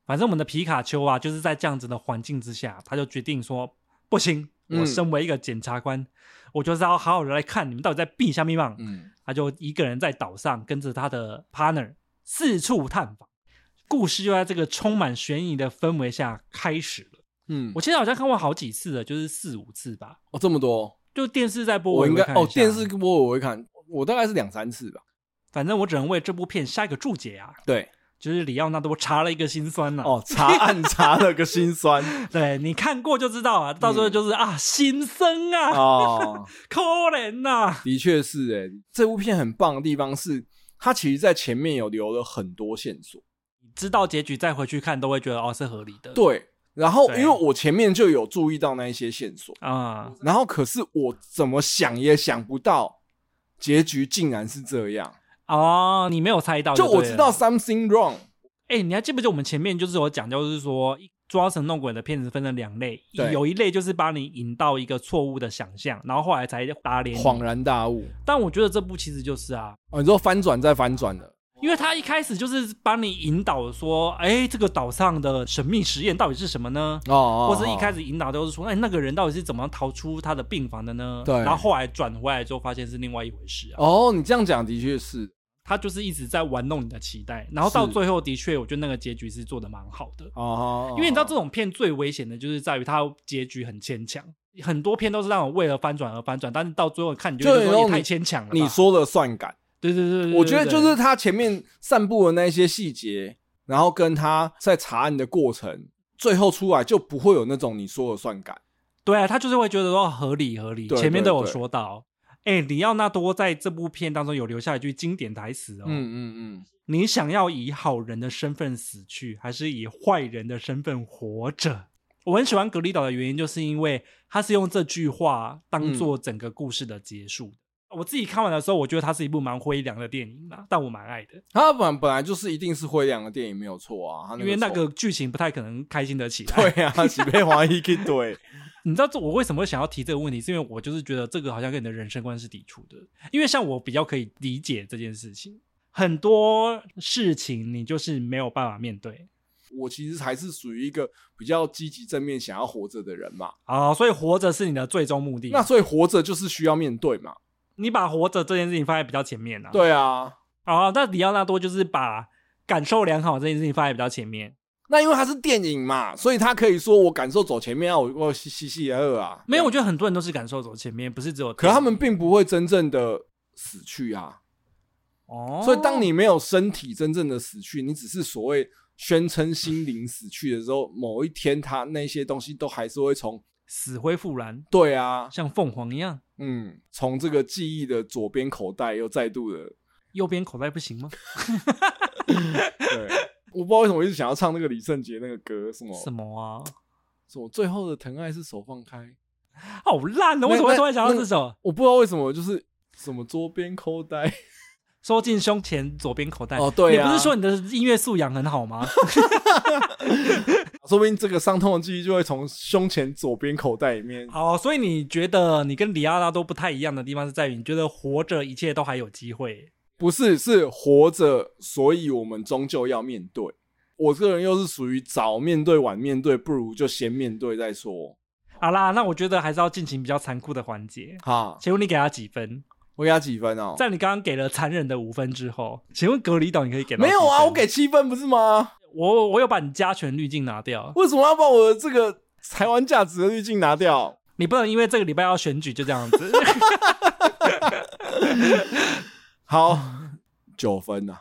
Speaker 1: 反正我们的皮卡丘啊，就是在这样子的环境之下，他就决定说，不行，
Speaker 2: 嗯
Speaker 1: 我身为一个检察官，我就是要好好的来看你们到底在避下密棒。
Speaker 2: 嗯，
Speaker 1: 他就一个人在岛上跟着他的 partner 四处探访。故事就在这个充满悬疑的氛围下开始了。
Speaker 2: 嗯，
Speaker 1: 我现在好像看过好几次了，就是四五次吧。
Speaker 2: 哦这么多，
Speaker 1: 就电视在播，
Speaker 2: 我
Speaker 1: 也
Speaker 2: 应
Speaker 1: 会
Speaker 2: 该
Speaker 1: 看一
Speaker 2: 哦
Speaker 1: 下
Speaker 2: 电视播我会看，我大概是两三次吧。
Speaker 1: 反正我只能为这部片下一个注解啊，
Speaker 2: 对，
Speaker 1: 就是里奥纳多查了一个心酸呐、
Speaker 2: 哦查案查了个心酸
Speaker 1: 对你看过就知道啊，到时候就是、啊，心酸啊，
Speaker 2: 哦，
Speaker 1: 可怜呐、
Speaker 2: 的确是哎，这部片很棒的地方是它其实在前面有留了很多线索。
Speaker 1: 知道结局再回去看，都会觉得哦是合理的。
Speaker 2: 对，然后
Speaker 1: 对
Speaker 2: 因为我前面就有注意到那一些线索，
Speaker 1: 啊、
Speaker 2: 然后可是我怎么想也想不到，结局竟然是这样。
Speaker 1: 哦，你没有猜到
Speaker 2: 就
Speaker 1: 对
Speaker 2: 我
Speaker 1: 了
Speaker 2: 知道 something wrong，
Speaker 1: 哎、你还记不记得我们前面就是有讲，就是说抓神弄鬼的片子分成两类，
Speaker 2: 对
Speaker 1: 有一类就是把你引到一个错误的想象，然后后来才打脸你。
Speaker 2: 恍然大悟
Speaker 1: 但我觉得这部其实就是啊，
Speaker 2: 啊！你说翻转再翻转的，
Speaker 1: 因为他一开始就是把你引导说，哎、这个岛上的神秘实验到底是什么呢？
Speaker 2: 哦哦，
Speaker 1: 或是一开
Speaker 2: 始
Speaker 1: 始引导都是说，哎、那个人到底是怎么逃出他的病房的呢？
Speaker 2: 对
Speaker 1: 然后后来转回来之后，发现是另外一回事啊。
Speaker 2: 哦，你这样讲的确是
Speaker 1: 他就是一直在玩弄你的期待，然后到
Speaker 2: 是
Speaker 1: 最后的确，我觉得那个结局是做的蛮好的。
Speaker 2: 哦，
Speaker 1: 因为你知道这种片最危险的就是在于它结局很牵强，很多片都是让我为了翻转而翻转，但是到最后看你就
Speaker 2: 就
Speaker 1: 觉得
Speaker 2: 有
Speaker 1: 说也
Speaker 2: 你
Speaker 1: 太牵强了吧。
Speaker 2: 你说了算感，
Speaker 1: 对对对对，对
Speaker 2: 我觉得
Speaker 1: 对
Speaker 2: 就是他前面散布的那一些细节，然后跟他在查案的过程，最后出来就不会有那种你说了算感。
Speaker 1: 对啊，他就是会觉得说合理合理，
Speaker 2: 对
Speaker 1: 前面
Speaker 2: 对
Speaker 1: 都有
Speaker 2: 对
Speaker 1: 说到。哎，里奥纳多在这部片当中有留下一句经典台词哦，
Speaker 2: 嗯嗯
Speaker 1: 你想要以好人的身份死去，还是以坏人的身份活着？我很喜欢格里岛的原因，就是因为他是用这句话
Speaker 2: 嗯
Speaker 1: 当做整个故事的结束。我自己看完的时候，我觉得它是一部蛮灰凉的电影啦，但我蛮爱的，
Speaker 2: 嗯，他本本来就是一定是灰凉的电影，没有错啊。他
Speaker 1: 因为那
Speaker 2: 丑
Speaker 1: 个剧情不太可能开心得起来。
Speaker 2: 对 啊，喜被华裔给怼。
Speaker 1: 你知道这我为什么会想要提这个问题，是因为我就是觉得这个好像跟你的人生观是抵触的。因为像我比较可以理解这件事情，很多事情你就是没有办法面对
Speaker 2: 我其实还是属于一个比较积极正面、想要活着的人嘛。
Speaker 1: 啊，所以活着是你的最终目的。
Speaker 2: 那所以活着就是需要面对嘛。
Speaker 1: 你把活着这件事情放在比较前面啊。哦
Speaker 2: 对啊，
Speaker 1: 啊，那里奥纳多就是把感受良好这件事情放在比较前面。
Speaker 2: 那因为它是电影嘛，所以他可以说我感受走前面啊，我我嘻嘻嘻啊啊。
Speaker 1: 没有，我觉得很多人都是感受走前面，不是只有电影。
Speaker 2: 可他们并不会真正的死去啊。
Speaker 1: 哦，
Speaker 2: 所以当你没有身体真正的死去，你只是所谓宣称心灵死去的时候，某一天他那些东西都还是会从
Speaker 1: 死灰复燃，
Speaker 2: 对啊，
Speaker 1: 像凤凰一样，
Speaker 2: 嗯，从这个记忆的左边口袋又再度的
Speaker 1: 右边口袋不行吗？
Speaker 2: 对。我不知道为什么我一直想要唱那个李圣杰那个歌，什么
Speaker 1: 什么啊，
Speaker 2: 什么最后的疼爱是手放开，
Speaker 1: 好烂哦！为什么会突然想到这首？
Speaker 2: 我不知道为什么就是什么桌边口袋，
Speaker 1: 收进胸前左边口袋。
Speaker 2: 哦对啊
Speaker 1: 你不是说你的音乐素养很好 吗？
Speaker 2: 说不定这个伤痛的记忆就会从胸前左边口袋里面。
Speaker 1: 好，所以你觉得你跟里亚纳多不太一样的地方是在于，你觉得活着一切都还有机会。
Speaker 2: 不是，是活着，所以我们终究要面对。我这个人又是属于早面对晚面对，不如就先面对再说。
Speaker 1: 好啦，那我觉得还是要进行比较残酷的环节。
Speaker 2: 哈，
Speaker 1: 请问你给他几分？
Speaker 2: 我给他几分哦？
Speaker 1: 在你刚刚给了残忍的五分之后，请问隔离岛你可以给到
Speaker 2: 没有啊，
Speaker 1: 几分
Speaker 2: 我给七分不是吗？
Speaker 1: 我我有把你加权滤镜拿掉，
Speaker 2: 为什么要把我的这个台湾价值的滤镜拿掉？
Speaker 1: 你不能因为这个礼拜要选举就这样子。
Speaker 2: 好，九分呐、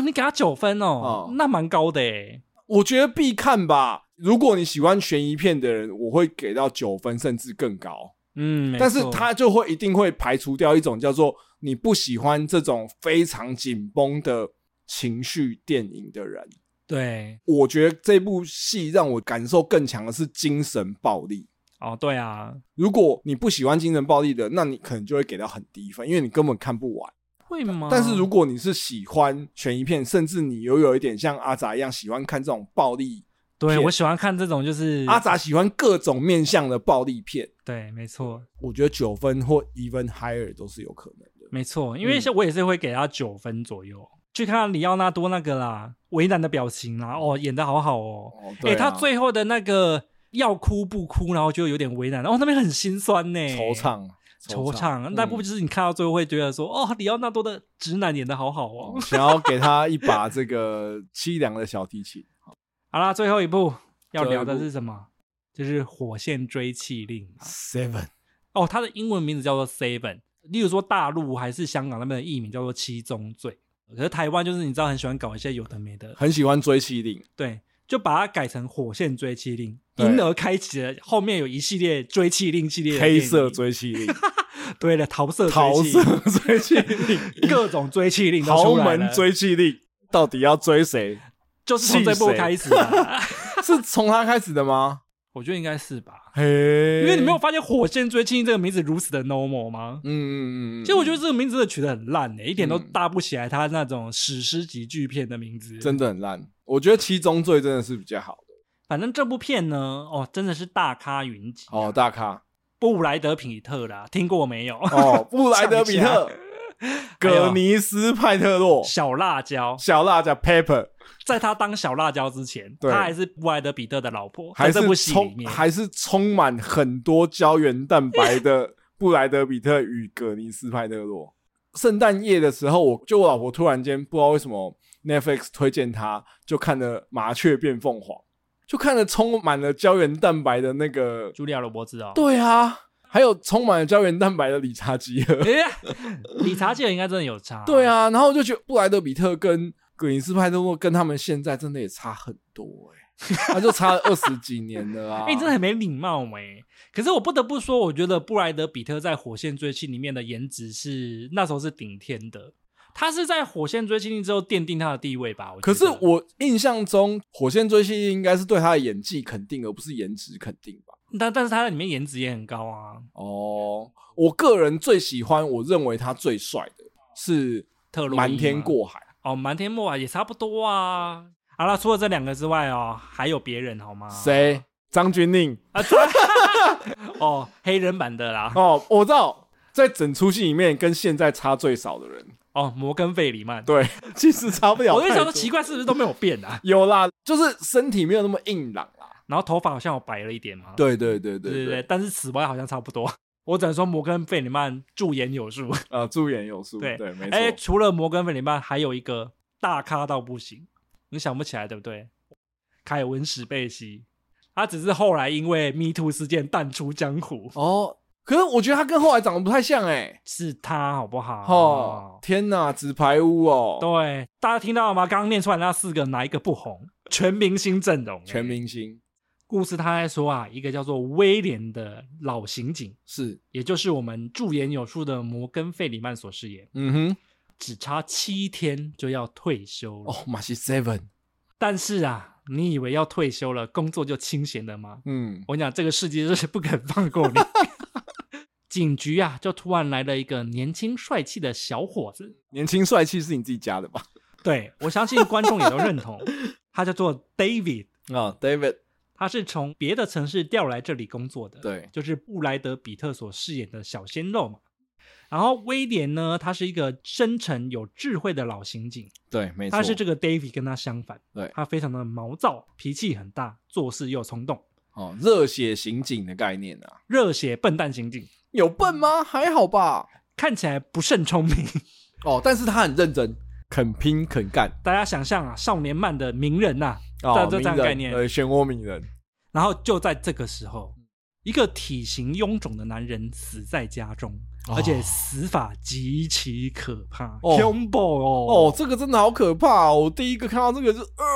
Speaker 1: 啊，你给他九分哦，
Speaker 2: 哦
Speaker 1: 那蛮高的欸诶。
Speaker 2: 我觉得必看吧。如果你喜欢悬疑片的人，我会给到九分甚至更高。
Speaker 1: 嗯，没
Speaker 2: 但是
Speaker 1: 错
Speaker 2: 它就会一定会排除掉一种叫做你不喜欢这种非常紧绷的情绪电影的人。
Speaker 1: 对
Speaker 2: 我觉得这部戏让我感受更强的是精神暴力。
Speaker 1: 哦，对啊，
Speaker 2: 如果你不喜欢精神暴力的，那你可能就会给到很低分，因为你根本看不完。
Speaker 1: 会吗？
Speaker 2: 但是如果你是喜欢悬疑片，甚至你又有一点像阿杂一样喜欢看这种暴力，
Speaker 1: 对
Speaker 2: 片
Speaker 1: 我喜欢看这种就是
Speaker 2: 阿杂喜欢各种面向的暴力片，
Speaker 1: 对，没错
Speaker 2: 我觉得九分或 even higher 都是有可能的。
Speaker 1: 没错，因
Speaker 2: 嗯
Speaker 1: 为像我也是会给他九分左右。去看里奥纳多那个啦，为难的表情啦，哦，演的好好哦。
Speaker 2: 哦，
Speaker 1: 哎、
Speaker 2: 对啊、
Speaker 1: 他最后的那个要哭不哭，然后就有点为难，哦，那边很心酸呢，
Speaker 2: 惆怅，
Speaker 1: 惆怅。那部
Speaker 2: 嗯
Speaker 1: 就是你看到最后会觉得说，哦，里奥纳多的直男演的好好哦。
Speaker 2: 想要给他一把这 个凄凉的小提琴。
Speaker 1: 好啦，最后一部要
Speaker 2: 最后一
Speaker 1: 聊的
Speaker 2: 部
Speaker 1: 是什么？就是《火线追气令》啊
Speaker 2: Seven，
Speaker 1: 哦，它的英文名字叫做 Seven。例如说大陆还是香港那边的译名叫做七宗罪，可是台湾就是你知道很喜欢搞一些有的没的，
Speaker 2: 很喜欢追气令，
Speaker 1: 对，就把它改成火线追气令，
Speaker 2: 对
Speaker 1: 因而开启了后面有一系列追气令系列的
Speaker 2: 黑色
Speaker 1: 电影
Speaker 2: 追气令，
Speaker 1: 对了，桃色追气
Speaker 2: 桃
Speaker 1: 令
Speaker 2: 色追气令，
Speaker 1: 各种追气令都
Speaker 2: 豪
Speaker 1: 出来了
Speaker 2: 门追气令，到底要追 谁？
Speaker 1: 就是从这部
Speaker 2: 气谁
Speaker 1: 开始的，
Speaker 2: 是从他开始的吗？
Speaker 1: 我觉得应该是吧，
Speaker 2: 嘿，
Speaker 1: 因
Speaker 2: 因
Speaker 1: 为你没有，发现火线追气令这个名字如此的 normal 吗？
Speaker 2: 嗯嗯嗯嗯，
Speaker 1: 其实我觉得这个名字真的取得很烂欸诶、一点都
Speaker 2: 嗯
Speaker 1: 搭不起来它那种史诗级巨片的名字。
Speaker 2: 真的很烂。我觉得七宗罪真的是比较好的
Speaker 1: 反正这部片呢，哦，真的是大咖云集、
Speaker 2: 哦，，大咖
Speaker 1: 布莱德皮特啦，听过没 有？
Speaker 2: 哦，布莱德比 特、葛尼斯派特洛、
Speaker 1: 小辣椒，
Speaker 2: 小辣椒 Pepper，
Speaker 1: 在他当小辣椒之前，
Speaker 2: 对
Speaker 1: 他还是布莱德比特的老婆，
Speaker 2: 还
Speaker 1: 在
Speaker 2: 是
Speaker 1: 这部戏里
Speaker 2: 充
Speaker 1: 面，
Speaker 2: 还是充满很多胶原蛋 白的布莱德比特与葛尼斯派特洛。圣诞夜的时候，我就我老婆突然间不知道为什么 Netflix 推荐她，就看了《麻雀变凤凰》，就看了充满了胶原蛋白的那个，
Speaker 1: 茱莉亚·罗伯兹哦。
Speaker 2: 对啊，还有充满了胶原蛋白的理查 基尔，
Speaker 1: 哎呀，理查基尔应该真的有差。
Speaker 2: 对，啊，然后我就觉得布莱德比特跟葛尼斯派特洛跟他们现在真的也差很多哎、 欸，他就差了二十几年了啊，
Speaker 1: 哎、你真的很没礼貌哎、可是我不得不说，我觉得布莱德比特在《火线追妻》里面的颜值是那时候是顶天的。他是在《火线追妻令》之后奠定他的地位吧？我觉
Speaker 2: 可是
Speaker 1: 得
Speaker 2: 我印象中，《火线追星》应该是对他的演技肯定，而不是颜值肯定吧？
Speaker 1: 但但是他在里面颜值也很高啊，
Speaker 2: 哦，我个人最喜欢，我认为他最帅的是
Speaker 1: 特洛伊
Speaker 2: 瞒天
Speaker 1: 嘛
Speaker 2: 过海。
Speaker 1: 哦，瞒天过海也差不多啊。好了，除了这两个之外哦，还有别人好
Speaker 2: 啊
Speaker 1: 吗？
Speaker 2: 谁？张钧甯。
Speaker 1: 啊？这哦，黑人版的啦。
Speaker 2: 哦，我知道，在整出戏里面跟现在差最少的人，
Speaker 1: 哦，摩根费里曼。
Speaker 2: 对， 其实差不了。
Speaker 1: 我就想说奇，怪，是不是都没有变啊？
Speaker 2: 有啦，就是身体没有那么硬朗啦。
Speaker 1: 然后头发好像有白了一点嘛。
Speaker 2: 对对啊
Speaker 1: 对
Speaker 2: 对对
Speaker 1: 对，
Speaker 2: 对，
Speaker 1: 但是此外好像差不多。 我只能说摩根费里曼驻颜有术。
Speaker 2: 呃，驻颜有术，
Speaker 1: 对
Speaker 2: 对 没
Speaker 1: 哎，
Speaker 2: 错。
Speaker 1: 除了摩根费里曼，还有一个大咖到不行，你想不起来对不对？凯文史贝西，他只是后来因为 Me Too 事件淡出江湖，
Speaker 2: 哦，可是我觉得他跟后来长得不太像哎、
Speaker 1: 是他好不好？
Speaker 2: 哦，天哪，纸牌屋哦，
Speaker 1: 对，大家听到了吗？刚刚念出来那四个哪一个不红？全明星阵容、
Speaker 2: 全。明星
Speaker 1: 故事他在说啊，一个叫做威廉的老刑警，
Speaker 2: 是，
Speaker 1: 也就是我们驻颜有术的摩根·费里曼所饰演，
Speaker 2: 嗯
Speaker 1: 只差七天就要退休
Speaker 2: 哼，
Speaker 1: 了。
Speaker 2: 哦，马西 Seven，
Speaker 1: 但是啊，你以为要退休了，工作就清闲了吗？
Speaker 2: 嗯，
Speaker 1: 我跟你讲，这个世界就是不肯放 过你。警局啊，就突然来了一个年轻帅气的小伙子，
Speaker 2: 年轻帅气是你自己加的吧？
Speaker 1: 对我相信观众也都认同， 他叫做 David，
Speaker 2: 啊、d a v i d
Speaker 1: 他是从别的城市调来这里工作的，，
Speaker 2: 对，
Speaker 1: 就是布莱德比特所饰演的小鲜肉嘛。然后威廉呢，他是一个深沉有智慧的老刑警，
Speaker 2: 对，没错，
Speaker 1: 他是这个 David 跟他相反，
Speaker 2: 对
Speaker 1: 他非常的毛躁，脾气很大，做事又冲动，
Speaker 2: 哦，热血刑警的概念啊，
Speaker 1: 热血笨蛋刑警，
Speaker 2: 有笨吗？还好吧。
Speaker 1: 看起来不甚聪明。
Speaker 2: 哦，但是他很认真，肯拼肯干，
Speaker 1: 大家想象啊，少年漫的名人呐、
Speaker 2: 哦，
Speaker 1: 这这样
Speaker 2: 名人
Speaker 1: 概念
Speaker 2: 呃，漩涡鸣人，
Speaker 1: 然后就在这个时候，一个体型臃肿的男人死在家中，
Speaker 2: 哦
Speaker 1: 而且死法极其可怕，
Speaker 2: 哦
Speaker 1: 恐怖哦，
Speaker 2: 哦，这个真的好可怕、哦！我第一个看到这个就，呃，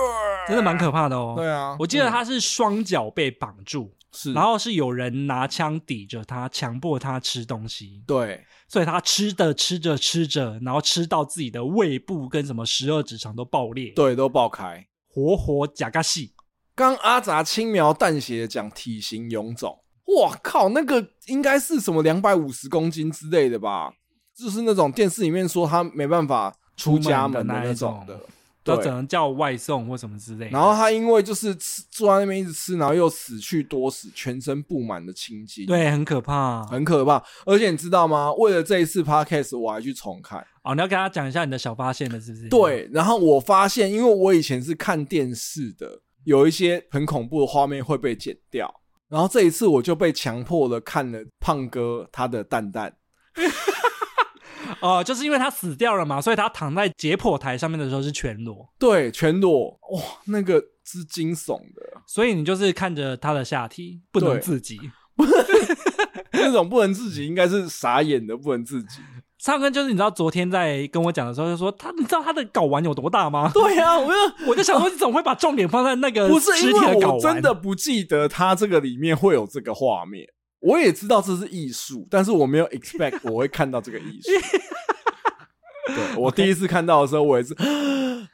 Speaker 1: 真的蛮可怕的哦。
Speaker 2: 对啊，
Speaker 1: 我记得他是双脚被绑住，
Speaker 2: 是，
Speaker 1: 然后是有人拿枪抵着他，强迫他吃东西，
Speaker 2: 对，
Speaker 1: 所以他吃的吃着吃着，然后吃到自己的胃部跟什么十二指肠都爆裂，
Speaker 2: 对，都爆开。
Speaker 1: 活活假嘎戏。
Speaker 2: 刚阿杂轻描淡写的讲体型臃肿，哇靠，那个应该是什么两百五十公斤之类的吧？就是那种电视里面说他没办法出家门的那种的，
Speaker 1: 都只
Speaker 2: 对。
Speaker 1: 能叫外送或什么之类的。
Speaker 2: 然后他因为就是吃坐在那边一直吃，然后又死去多死，全身布满了青筋，，
Speaker 1: 对，很可怕。
Speaker 2: 很可怕。而且你知道吗？为了这一次 podcast，我还去重看。
Speaker 1: 哦，你要跟他讲一下你的小发现了，是不是？，
Speaker 2: 对，然后我发现，因为我以前是看电视的，有一些很恐怖的画面会被剪掉。然后这一次我就被强迫的看了胖哥他的蛋蛋，
Speaker 1: 哦、就是因为他死掉了嘛，所以他躺在解剖台上面的时候是全裸，
Speaker 2: 对，全裸，哇、那个是惊悚的，
Speaker 1: 所以你就是看着他的下体，不能
Speaker 2: 对
Speaker 1: 自己。
Speaker 2: 那种不能自己，应该是傻眼的不能自己。
Speaker 1: 上根就是你知道昨天在跟我讲的时候，就说他，你知道他的睾丸有多大吗？
Speaker 2: 对啊，我就
Speaker 1: 我就想说，你怎么会把重点放在那个
Speaker 2: 不是
Speaker 1: 呃尸
Speaker 2: 因
Speaker 1: 体的
Speaker 2: 为
Speaker 1: 睾
Speaker 2: 我
Speaker 1: 丸？
Speaker 2: 真的不记得他这个里面会有这个画面，我也知道这是艺术，但是我没有 expect 我会看到这个艺术。对我第一次看到的时候，我也是，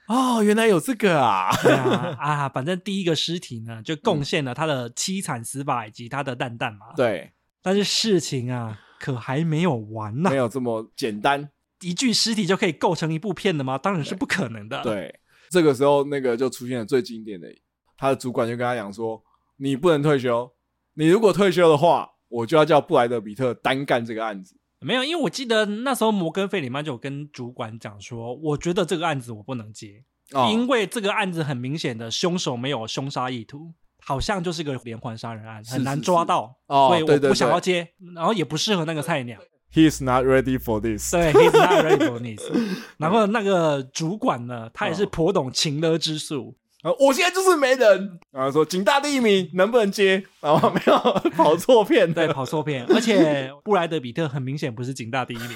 Speaker 2: 哦，原来有这 个啊！
Speaker 1: 对啊啊，反正第一个尸体呢，就贡献了他的凄惨死法以及他的蛋蛋嘛。
Speaker 2: 嗯对，
Speaker 1: 但是事情啊，可还没有完呢、
Speaker 2: 没有这么简单。
Speaker 1: 一具尸体就可以构成一部片的吗？当然是不可能的。
Speaker 2: 对，这个时候那个就出现了最经典的，他的主管就跟他讲说：“你不能退休，你如果退休的话，我就要叫布莱德比特单干这个案子。
Speaker 1: 没有，因为我记得那时候摩根费里曼就有跟主管讲说，我觉得这个案子我不能接，
Speaker 2: 哦”
Speaker 1: 因为这个案子很明显的凶手没有凶杀意图，好像就是个连环杀人案，
Speaker 2: 是
Speaker 1: 很难抓到，
Speaker 2: 是哦
Speaker 1: 所以
Speaker 2: 对
Speaker 1: 我
Speaker 2: 对
Speaker 1: 不想要接，然后也不适合那个菜鸟。
Speaker 2: He's not ready for this。
Speaker 1: 对，he's not ready for this。然后那个主管呢，他也是颇懂情勒之术，
Speaker 2: 啊，我现在就是没人。然后说警大第一名能不能接？然后没有跑错片
Speaker 1: 对，
Speaker 2: 的，
Speaker 1: 跑错 片，而且布莱德比特很明显不是警大第一名。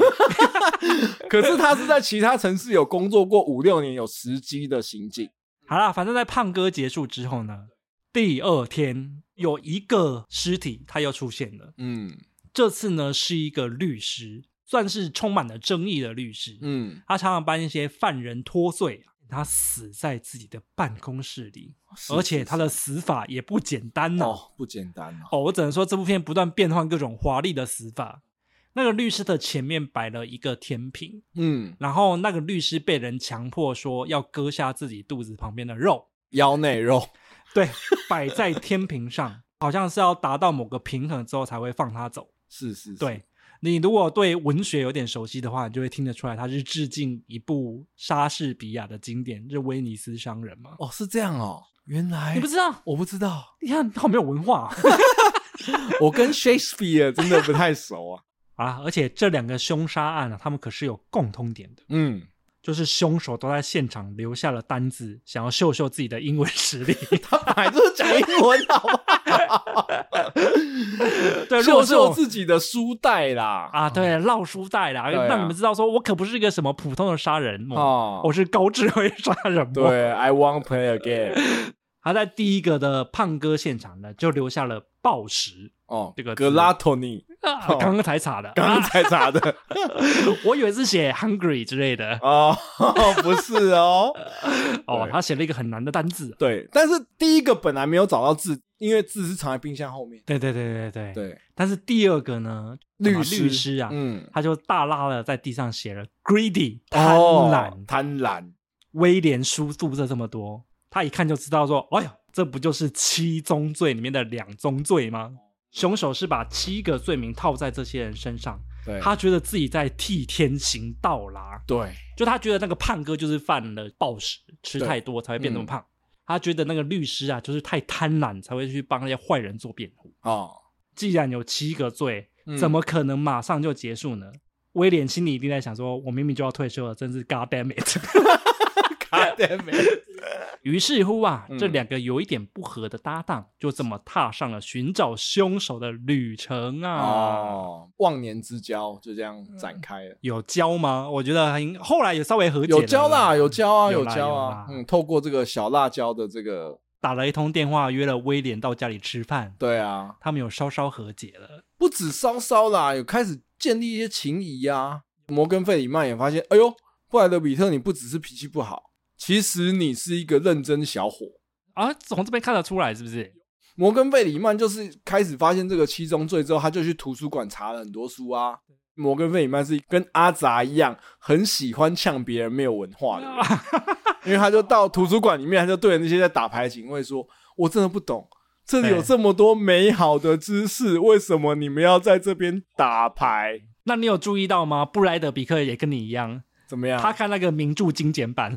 Speaker 2: 可是他是在其他城市有工作过五六年，有时机的刑警。
Speaker 1: 好啦，反正在胖哥结束之后呢，第二天有一个尸体，他又出现了。
Speaker 2: 嗯
Speaker 1: 这次呢是一个律师，算是充满了争议的律师。
Speaker 2: 嗯，
Speaker 1: 他常常帮一些犯人脱罪，啊他死在自己的办公室里，
Speaker 2: 哦是
Speaker 1: 而且
Speaker 2: 是
Speaker 1: 他的死法也不简单呢、
Speaker 2: 哦不简单哦。
Speaker 1: 哦，我只能说这部片不断变换各种华丽的死法。那个律师的前面摆了一个天平，
Speaker 2: 嗯，
Speaker 1: 然后那个律师被人强迫说要割下自己肚子旁边的肉，
Speaker 2: 腰内肉。
Speaker 1: 对，摆在天平上，好像是要达到某个平衡之后才会放他走。
Speaker 2: 是是是，
Speaker 1: 对你如果对文学有点熟悉的话，你就会听得出来，它是致敬一部莎士比亚的经典，就是《威尼斯商人》嘛。
Speaker 2: 哦，是这样哦。原来
Speaker 1: 你不知道？
Speaker 2: 我不知道，
Speaker 1: 你看，你好没有文化啊
Speaker 2: 我跟 Shakespeare 真的不太熟啊。
Speaker 1: 啊！而且这两个凶杀案啊，他们可是有共通点的，
Speaker 2: 嗯，
Speaker 1: 就是凶手都在现场留下了单子，想要秀秀自己的英文实力。
Speaker 2: 他本来就是讲英文，好吧？
Speaker 1: 对，如
Speaker 2: 秀
Speaker 1: 果是
Speaker 2: 秀
Speaker 1: 我
Speaker 2: 自己的书袋啦，
Speaker 1: 啊，对，烙书袋啦，
Speaker 2: 对啊
Speaker 1: 让你们知道说我可不是一个什么普通的杀人魔，
Speaker 2: 哦，
Speaker 1: 我是高智慧杀人魔。
Speaker 2: 对，I want play again，
Speaker 1: 他在第一个的胖哥现场呢，就留下了暴食。
Speaker 2: 哦，
Speaker 1: 这个字
Speaker 2: g l a t o n y
Speaker 1: 啊
Speaker 2: 哦
Speaker 1: 刚刚才查的，啊
Speaker 2: 刚刚才查的
Speaker 1: 我以为是写 hungry 之类的。
Speaker 2: 哦，不是哦，
Speaker 1: 哦，
Speaker 2: 对
Speaker 1: 他写了一个很难的单字。啊
Speaker 2: 对，但是第一个本来没有找到字，因为字是藏在冰箱后面，
Speaker 1: 对对对对对。
Speaker 2: 对，
Speaker 1: 但是第二个呢，
Speaker 2: 律
Speaker 1: 什么
Speaker 2: 师
Speaker 1: 律师啊，
Speaker 2: 嗯，
Speaker 1: 他就大拉了在地上写了 greedy 贪
Speaker 2: 哦
Speaker 1: 婪，
Speaker 2: 贪婪，
Speaker 1: 威廉书注册这么多，他一看就知道说，哎呀，这不就是七宗罪里面的两宗罪吗？凶手是把七个罪名套在这些人身上，
Speaker 2: 对，
Speaker 1: 他觉得自己在替天行道啦。
Speaker 2: 对，
Speaker 1: 就他觉得那个胖哥就是犯了暴食，吃太多才会变那么胖。他觉得那个律师啊，就是太贪婪才会去帮那些坏人做辩护。
Speaker 2: 哦，
Speaker 1: 既然有七个罪
Speaker 2: 嗯，
Speaker 1: 怎么可能马上就结束呢？威廉心里一定在想说，我明明就要退休了，真是 God damn it！
Speaker 2: 对，没，
Speaker 1: 于是乎啊
Speaker 2: 嗯，
Speaker 1: 这两个有一点不合的搭档，就这么踏上了寻找凶手的旅程啊。嗯
Speaker 2: 哦，忘年之交就这样展开了。
Speaker 1: 有交吗？我觉得很后来也稍微和解了
Speaker 2: 有交啦，有交啊，
Speaker 1: 有啦
Speaker 2: 交啊，
Speaker 1: 有啦
Speaker 2: 嗯，透过这个小辣椒的这个，
Speaker 1: 打了一通电话，约了威廉到家里吃饭，
Speaker 2: 对啊，
Speaker 1: 他们有稍稍和解了。
Speaker 2: 不止稍稍啦，有开始建立一些情谊啊。摩根费里曼也发现，哎呦，布莱德比特，你不只是脾气不好，其实你是一个认真小伙。
Speaker 1: 啊，从这边看得出来是不是？
Speaker 2: 摩根费里曼就是开始发现这个七宗罪之后，他就去图书馆查了很多书啊。摩根费里曼是跟阿杂一样，很喜欢呛别人没有文化的
Speaker 1: 啊
Speaker 2: 人，因为他就到图书馆里面，他就对那些在打牌的警卫说：“我真的不懂，这里有
Speaker 1: 对
Speaker 2: 这么多美好的知识，为什么你们要在这边打牌？
Speaker 1: 那你有注意到吗？布莱德比克也跟你一样，
Speaker 2: 怎么样？”
Speaker 1: 他看那个名著精简版，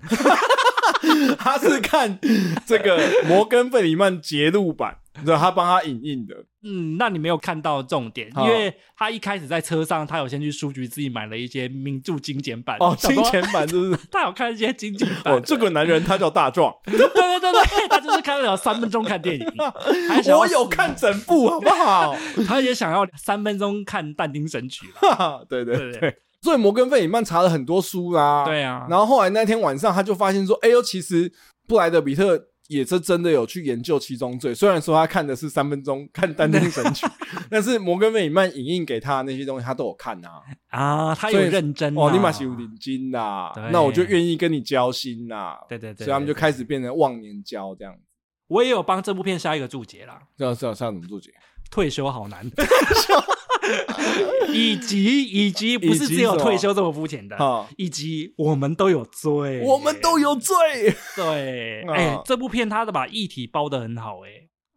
Speaker 2: 他是看这个摩根费里曼节录版， 你知道他帮他影印的，
Speaker 1: 嗯，那你没有看到重点，因
Speaker 2: 哦
Speaker 1: 为他一开始在车上，他有先去书局自己买了一些名著精简版
Speaker 2: 哦，
Speaker 1: 想
Speaker 2: 金
Speaker 1: 说
Speaker 2: 钱版就是
Speaker 1: 他有看一些精简版
Speaker 2: 哦，，这个男人他叫大壮。
Speaker 1: 对对对对，他就是看了三分钟看电影，还想要嗯
Speaker 2: 我有看整部，好不 好？
Speaker 1: 他也想要三分钟看《但丁神 曲》吧。
Speaker 2: 哈哈对对
Speaker 1: 对
Speaker 2: 对
Speaker 1: 对
Speaker 2: 所以摩根费里曼查了很多书啦、
Speaker 1: 对啊，
Speaker 2: 然后后来那天晚上，他就发现说：“哎呦，其实布莱德比特也是真的有去研究七宗罪。虽然说他看的是三分钟看《丹丁神 曲》，但是摩根费里曼影印给他的那些东西，他都有看啊。
Speaker 1: 啊，他有
Speaker 2: 所以
Speaker 1: 认真、啊、
Speaker 2: 哦，你马是有领金啦
Speaker 1: 对，
Speaker 2: 那我就愿意跟你交心啦。
Speaker 1: 对对对对，
Speaker 2: 所以他们就
Speaker 1: 对
Speaker 2: 开始变成忘年交这样。
Speaker 1: 我也有帮这部片下一个注解啦，
Speaker 2: 这样这样这样怎么注解？
Speaker 1: 退休好 难。以及以及不是只
Speaker 2: 以及什
Speaker 1: 有
Speaker 2: 么
Speaker 1: 退休这么肤浅的，
Speaker 2: 啊，
Speaker 1: 以及我们都有罪，
Speaker 2: 我们都有罪。
Speaker 1: 对，
Speaker 2: 啊
Speaker 1: 哎、这部片它的把议题包的很好、哎，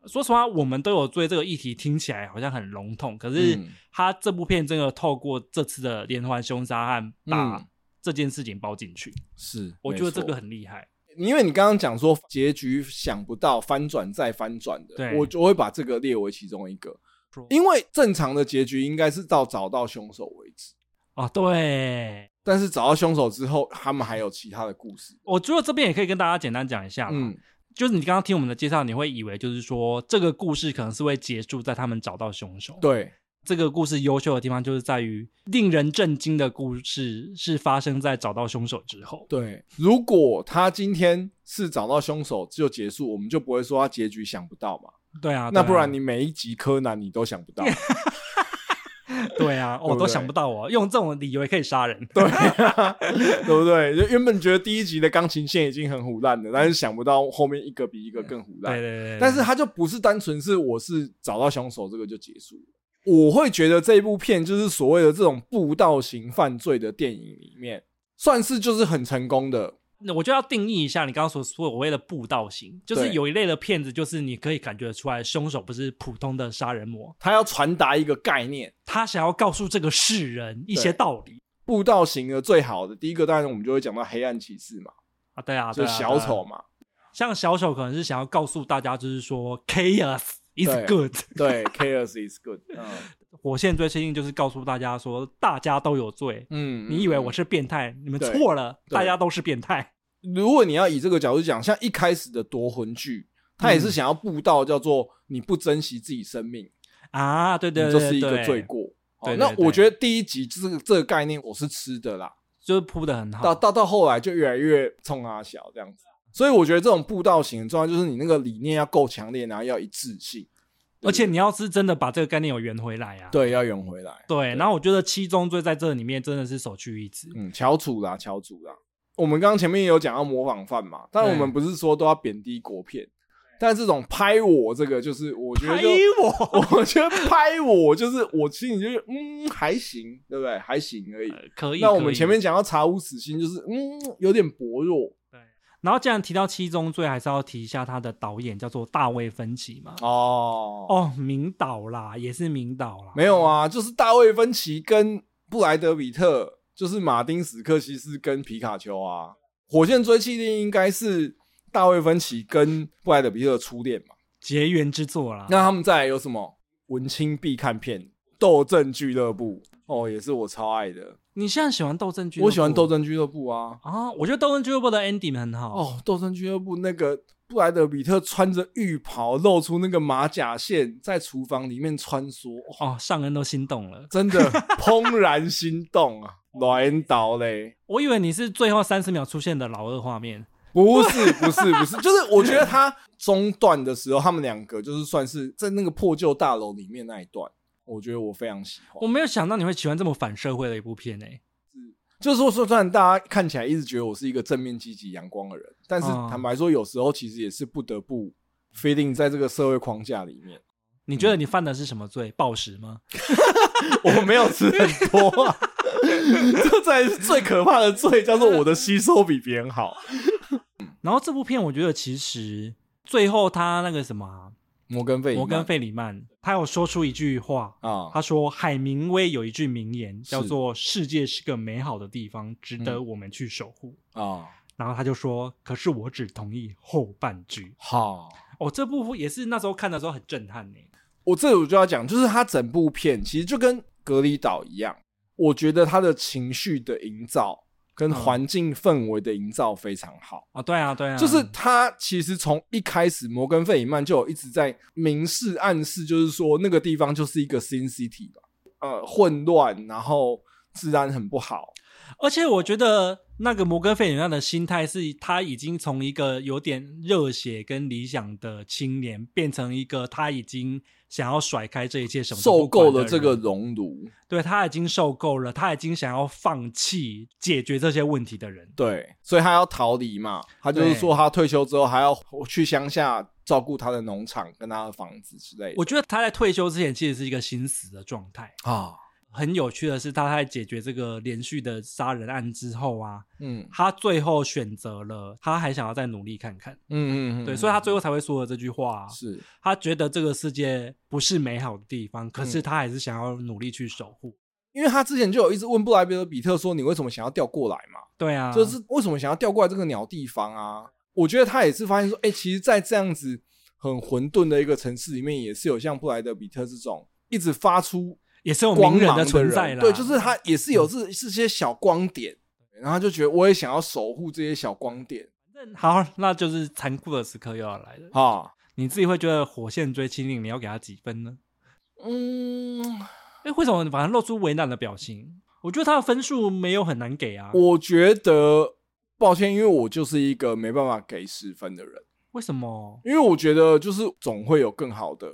Speaker 1: 说实话，我们都有追这个议题，听起来好像很笼统，可是
Speaker 2: 嗯
Speaker 1: 它这部片真的透过这次的连环凶杀案，把
Speaker 2: 嗯
Speaker 1: 这件事情包进去，
Speaker 2: 是，
Speaker 1: 我觉得这
Speaker 2: 没
Speaker 1: 个
Speaker 2: 错
Speaker 1: 很厉害。
Speaker 2: 因为你刚刚讲说结局想不到翻转再翻转的，
Speaker 1: 对
Speaker 2: 我就会把这个列为其中一个
Speaker 1: 说。
Speaker 2: 因为正常的结局应该是到找到凶手为止，
Speaker 1: 哦，对，
Speaker 2: 但是找到凶手之后，他们还有其他的故事。
Speaker 1: 我觉得这边也可以跟大家简单讲一下，嗯，
Speaker 2: 嗯，
Speaker 1: 就是你刚刚听我们的介绍，你会以为就是说这个故事可能是会结束在他们找到凶手，
Speaker 2: 对，
Speaker 1: 这个故事优秀的地方就是在于，令人震惊的故事是发生在找到凶手之后。
Speaker 2: 对。如果他今天是找到凶手就结束，我们就不会说他结局想不到嘛。
Speaker 1: 对啊，对啊
Speaker 2: 那不然你每一集柯南你都 想不到，
Speaker 1: 对啊，我、
Speaker 2: 对不
Speaker 1: 都
Speaker 2: 对
Speaker 1: 想不到哦，用这种理由也可以杀人。
Speaker 2: 对、啊，对不对？就原本觉得第一集的钢琴线已经很胡烂了，但是想不到后面一个比一个更胡烂。
Speaker 1: 对对对对
Speaker 2: 但是他就不是单纯是我是找到凶手这个就结束了。我会觉得这一部片就是所谓的这种布道型犯罪的电影里面，算是就是很成功的。
Speaker 1: 那我就要定义一下你刚刚所所谓的布道型，就是
Speaker 2: 对
Speaker 1: 有一类的骗子，就是你可以感觉出来，凶手不是普通的杀人魔，
Speaker 2: 他要传达一个概念，
Speaker 1: 他想要告诉这个世人一些道理
Speaker 2: 布道型的最好的第一个，当然我们就会讲到黑暗骑士嘛，
Speaker 1: 啊。对啊，
Speaker 2: 就
Speaker 1: 对
Speaker 2: 是
Speaker 1: 啊
Speaker 2: 小，
Speaker 1: 对
Speaker 2: 丑
Speaker 1: 啊
Speaker 2: 嘛，
Speaker 1: 像小丑可能是想要告诉大家，就是说 chaos is
Speaker 2: 对
Speaker 1: good，
Speaker 2: 对，chaos is good，嗯，
Speaker 1: 我现在最确定就是告诉大家说，大家都有罪。
Speaker 2: 嗯
Speaker 1: 你以为我
Speaker 2: 是？
Speaker 1: 是变态？你们
Speaker 2: 对
Speaker 1: 错了，
Speaker 2: 对
Speaker 1: 大家都是变态。
Speaker 2: 如果你要以这个角度讲，像一开始的夺魂剧，他也是
Speaker 1: 嗯
Speaker 2: 想要布到叫做你不珍惜自己生命，
Speaker 1: 啊，对对
Speaker 2: 你
Speaker 1: 对，
Speaker 2: 就是一
Speaker 1: 对
Speaker 2: 个罪，过。哦
Speaker 1: 对对
Speaker 2: 那
Speaker 1: 对
Speaker 2: 我觉得第一集这个这个概念我是吃的啦，
Speaker 1: 就是铺的很好
Speaker 2: 到。到到后来就越来越冲啊小这样子。所以我觉得这种布道型很重要，就是你那个理念要够强烈，然后要一致性，
Speaker 1: 而且你要是真的把这个概念有圆回来啊，
Speaker 2: 对，要圆回来。
Speaker 1: 对。然后我觉得七宗罪在这里面真的是首屈一指。
Speaker 2: 嗯，翘楚啦，翘楚啦。我们刚刚前面也有讲到模仿犯嘛，但我们
Speaker 1: 对
Speaker 2: 不是说都要贬低国片，但这种拍我这个，就是我觉得
Speaker 1: 拍
Speaker 2: 就
Speaker 1: 我，
Speaker 2: 我觉得拍我就是我心里就是嗯还行，对不对？还行而已。
Speaker 1: 呃可以。
Speaker 2: 那我
Speaker 1: 可
Speaker 2: 们
Speaker 1: 以
Speaker 2: 前面，讲到查无死心，就是嗯有点薄弱
Speaker 1: 然后既然提到七宗罪，还是要提一下他的导演叫做大卫芬奇嘛。
Speaker 2: 哦
Speaker 1: 哦，明导啦，也是明导啦。
Speaker 2: 没有啊，就是大卫芬奇跟布莱德比特，就是马丁史克西斯跟皮卡丘啊。火线追气令应该是大卫芬奇跟布莱德比特的初恋嘛？
Speaker 1: 结缘之作啦。
Speaker 2: 那他们再来有什么文青必看片《斗阵俱乐部》哦，也是我超爱的。
Speaker 1: 你现在喜欢斗争俱乐部？
Speaker 2: 我喜欢《斗争俱乐部》啊，
Speaker 1: 啊，我觉得斗争俱乐部的 ending 很好。
Speaker 2: 哦，斗争俱乐部那个布莱德比特穿着浴袍，露出那个马甲线，在厨房里面穿梭，哦、
Speaker 1: 哦，上恩都心动了。
Speaker 2: 真的怦然心动啊！乱倒嘞，
Speaker 1: 我以为你是最后三十秒出现的老二画面。
Speaker 2: 不是不是 不是，就是我觉得他中段的时候，他们两个就是算是在那个破旧大楼里面那一段，我觉得我非常喜
Speaker 1: 我
Speaker 2: 欢。
Speaker 1: 没有想到你会喜欢这么反社会的一部片诶、欸
Speaker 2: 就是说，虽然大家看起来一直觉得我是一个正面、积极、阳光的人，但是
Speaker 1: 嗯
Speaker 2: 坦白说，有时候其实也是不得不 fitting 在这个社会框架里面。
Speaker 1: 你觉得你犯的是什么罪？暴食吗？
Speaker 2: 我没有吃很多、啊， 这才是最可怕的罪，叫做我的吸收比别人好。
Speaker 1: 然后这部片我觉得其实最后他那个什么啊、
Speaker 2: 摩根费里曼，
Speaker 1: 摩根费里曼，他有说出一句话，
Speaker 2: 啊，
Speaker 1: 他说海明威有一句名言叫做“世界是个美好的地方，值
Speaker 2: 嗯
Speaker 1: 得我们去守护”
Speaker 2: 啊，
Speaker 1: 然后他就说：“可是我只同意后半句。
Speaker 2: 好，”
Speaker 1: 哦，这部也是那时候看的时候很震撼呢、
Speaker 2: 我这我就要讲，就是他整部片其实就跟《隔离岛》一样，我觉得他的情绪的营造跟
Speaker 1: 嗯
Speaker 2: 环境氛围的营造非常好。
Speaker 1: 啊，对啊，对啊，
Speaker 2: 就是他其实从一开始，摩根费里曼就有一直在明示暗示，就是说那个地方就是一个 sin city 吧，呃，混乱，然后治安很不好，
Speaker 1: 而且我觉得那个摩根费里曼的心态是，他已经从一个有点热血跟理想的青年，变成一个他已经想要甩开这一切什么都
Speaker 2: 受
Speaker 1: 不管
Speaker 2: 够
Speaker 1: 的
Speaker 2: 了这个
Speaker 1: 人
Speaker 2: 熔炉。
Speaker 1: 对他已经受够了，他已经想要放弃解决这些问题的人。
Speaker 2: 对，所以他要逃离嘛，他就是说他退休之后还要去乡下照顾他的农场跟他的房子之类的。
Speaker 1: 我觉得他在退休之前其实是一个心死的状态。
Speaker 2: 啊，
Speaker 1: 很有趣的是，他在解决这个连续的杀人案之后啊，
Speaker 2: 嗯
Speaker 1: 他最后选择了，他还想要再努力看看。
Speaker 2: 嗯嗯嗯，
Speaker 1: 对，
Speaker 2: 嗯
Speaker 1: 所以他最后才会说了这句话、啊。
Speaker 2: 是
Speaker 1: 他觉得这个世界不是美好的地方，可是
Speaker 2: 嗯
Speaker 1: 他还是想要努力去守护。
Speaker 2: 因为他之前就有一直问布莱德比特说：“你为什么想要调过来嘛？
Speaker 1: 对啊，
Speaker 2: 就是为什么想要调过来这个鸟地方啊？”我觉得他也是发现说，哎、其实，在这样子很混沌的一个城市里面，也是有像布莱德比特这种一直发出
Speaker 1: 也是有
Speaker 2: 光
Speaker 1: 名人
Speaker 2: 芒
Speaker 1: 的
Speaker 2: 的
Speaker 1: 存
Speaker 2: 人
Speaker 1: 在啦。嗯
Speaker 2: 对，就是他也是有这这些小光点，然后他就觉得我也想要守护这些小光点
Speaker 1: 好，那就是残酷的时刻又要来了。
Speaker 2: 啊。
Speaker 1: 你自己会觉得《火线追妻令》你要给他几分呢？
Speaker 2: 嗯，
Speaker 1: 哎，为什么反而露出为难的表情？我觉得他的分数没有很难给啊。
Speaker 2: 我觉得抱歉，因为我就是一个没办法给十分的人，
Speaker 1: 为什么？
Speaker 2: 因为我觉得就是总会有更好的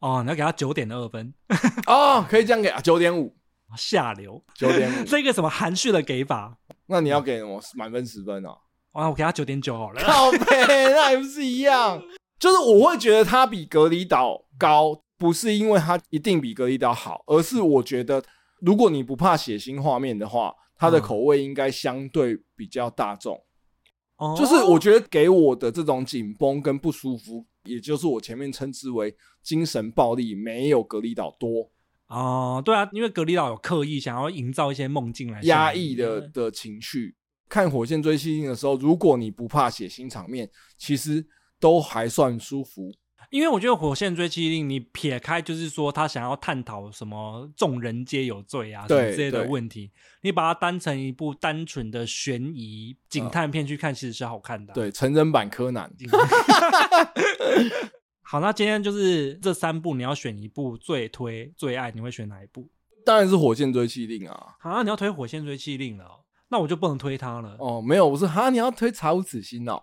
Speaker 1: 哦，你要给他九点二分，
Speaker 2: 哦，可以这样给啊，九点五，
Speaker 1: 下流，
Speaker 2: 九 点五。
Speaker 1: 这个什么含蓄的给法。
Speaker 2: 那你要给我满分十分哦，
Speaker 1: 啊，我给他九点九好了。
Speaker 2: 靠背，那还不是一样？ 就是我会觉得它比隔离岛高，不是因为它一定比隔离岛好，而是我觉得如果你不怕血腥画面的话，它的
Speaker 1: 嗯
Speaker 2: 口味应该相对比较大众。
Speaker 1: 哦
Speaker 2: 就是我觉得给我的这种紧绷跟不舒服，也就是我前面称之为精神暴力，没有隔离岛多
Speaker 1: 哦，对啊，因为格里岛有刻意想要营造一些梦境来
Speaker 2: 压
Speaker 1: 吓你
Speaker 2: 抑的的情绪。看《火线追星》的时候，如果你不怕血腥场面，其实都还算舒服。
Speaker 1: 因为我觉得《火线追妻令》，你撇开就是说他想要探讨什么众人皆有罪啊什么
Speaker 2: 对
Speaker 1: 之类的
Speaker 2: 对
Speaker 1: 问题，你把它当成一部单纯的悬疑警探片去看，其实是好看的啊、
Speaker 2: 嗯对，成人版柯南，
Speaker 1: 好，那今天就是这三部，你要选一部最推最爱，你会选哪一部？
Speaker 2: 当然是《火箭追妻令》啊。
Speaker 1: 好，那你要推《火线追妻令》了哦，那我就不能推它了。
Speaker 2: 哦，没有，我是哈，你要推查无此心哦。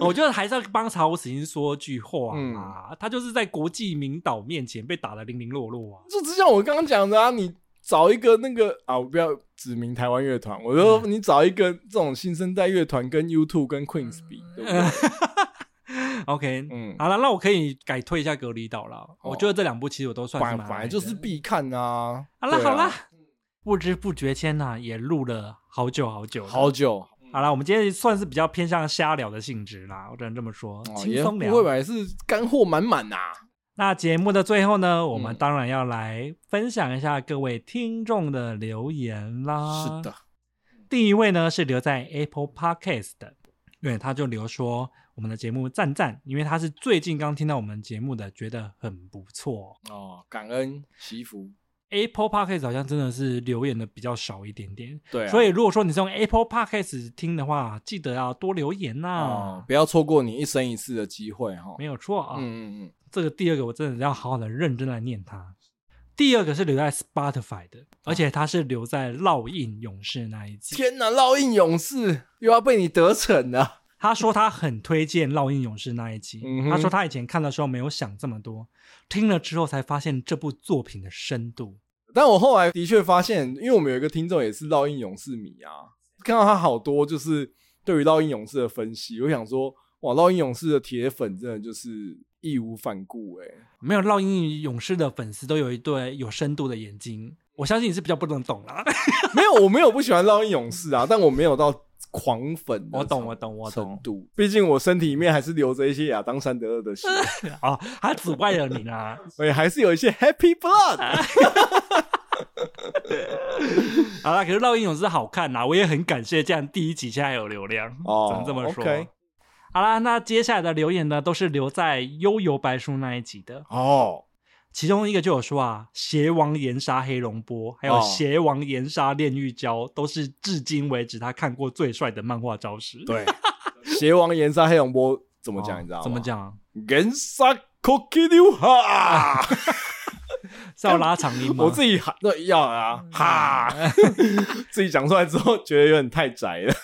Speaker 1: 我觉得还是要帮曹武行说句话
Speaker 2: 嗯
Speaker 1: 啊，他就是在国际名导面前被打得零零落落啊。
Speaker 2: 就只像我刚刚讲的啊，你找一个那个啊，我不要指明台湾乐团，我说
Speaker 1: 嗯
Speaker 2: 你找一个这种新生代乐团跟 U Two 跟 Queens
Speaker 1: 嗯
Speaker 2: 比，对 不对？
Speaker 1: OK，
Speaker 2: 嗯，
Speaker 1: 好了，那我可以改推一下《隔离岛》了。
Speaker 2: 哦
Speaker 1: 我觉得这两部其实我都算是
Speaker 2: 反
Speaker 1: 蛮
Speaker 2: 反
Speaker 1: 爱
Speaker 2: 正就是
Speaker 1: 的
Speaker 2: 必看啊。
Speaker 1: 好了
Speaker 2: 对啊
Speaker 1: 好了，，不知不觉间呐、也录了好久好久了。
Speaker 2: 好久，哦
Speaker 1: 好了，我们今天算是比较偏向瞎聊的性质啦，我只能这么说，
Speaker 2: 哦
Speaker 1: 轻
Speaker 2: 也
Speaker 1: 松聊
Speaker 2: 不。会吧？也是干货满满啊呐。
Speaker 1: 那节目的最后呢，我们
Speaker 2: 嗯
Speaker 1: 当然要来分享一下各位听众的留言啦。
Speaker 2: 是的，
Speaker 1: 第一位呢是留在 Apple Podcast 的，对，他就留说我们的节目赞赞，因为他是最近刚听到我们节目的，觉得很不错。
Speaker 2: 哦，感恩祈福，
Speaker 1: Apple Podcast 好像真的是留言的比较少一点点，
Speaker 2: 对啊，
Speaker 1: 所
Speaker 2: 以
Speaker 1: 以如果说你是用 Apple Podcast 听的话，记得要多留言呐、
Speaker 2: 哦，不要错过你一生一世的机会哈。
Speaker 1: 没有错啊。
Speaker 2: 嗯嗯
Speaker 1: 这个第二个我真的要好好的认真来念它。第二个是留在 Spotify 的，而且它是留在烙印勇士那一集。
Speaker 2: 啊天哪，烙印勇士又要被你得逞啊了。
Speaker 1: 他说他很推荐《烙印勇士》那一集。
Speaker 2: 嗯哼
Speaker 1: 他说他以前看的时候没有想这么多，听了之后才发现这部作品的深度。
Speaker 2: 但我后来的确发现，因为我们有一个听众也是烙印勇士迷啊，看到他好多就是对于烙印勇士的分析，我想说，哇，烙印勇士的铁粉真的就是义无反顾哎、
Speaker 1: 没有《烙印勇士》的粉丝都有一对有深度的眼睛，我相信你是比较不能懂啦。
Speaker 2: 没有，我没有不喜欢烙印勇士啊，但我没有到狂粉的
Speaker 1: 我懂
Speaker 2: 程
Speaker 1: 我懂我
Speaker 2: 程
Speaker 1: 懂
Speaker 2: 度，毕竟我身体里面还是留着一些亚当·山德勒的血，
Speaker 1: 哦，他阻碍了你啊啦。
Speaker 2: 我也还是有一些 Happy Blood。
Speaker 1: 好啦，可是《烙印勇士》好看啦，我也很感谢这样第一集现在有流量，
Speaker 2: 哦
Speaker 1: 只能这么说。
Speaker 2: OK
Speaker 1: 好啦，那接下来的留言呢，都是留在悠游白书那一集的。
Speaker 2: 哦，
Speaker 1: 其中一个就有说啊，邪王岩杀黑龙波，还有
Speaker 2: 哦
Speaker 1: 邪王岩杀炼狱娇，都是至今为止他看过最帅的漫画招式。
Speaker 2: 对，邪王岩杀黑龙波怎
Speaker 1: 哦，
Speaker 2: 么讲？你知道吗？
Speaker 1: 怎么？讲？
Speaker 2: 岩杀 Cookie 牛
Speaker 1: 啊
Speaker 2: 哈。
Speaker 1: 是要拉长音吗？
Speaker 2: 我自己喊，对，要啊，
Speaker 1: 嗯
Speaker 2: 哈， 自己讲出来之后觉得有点太宅 了。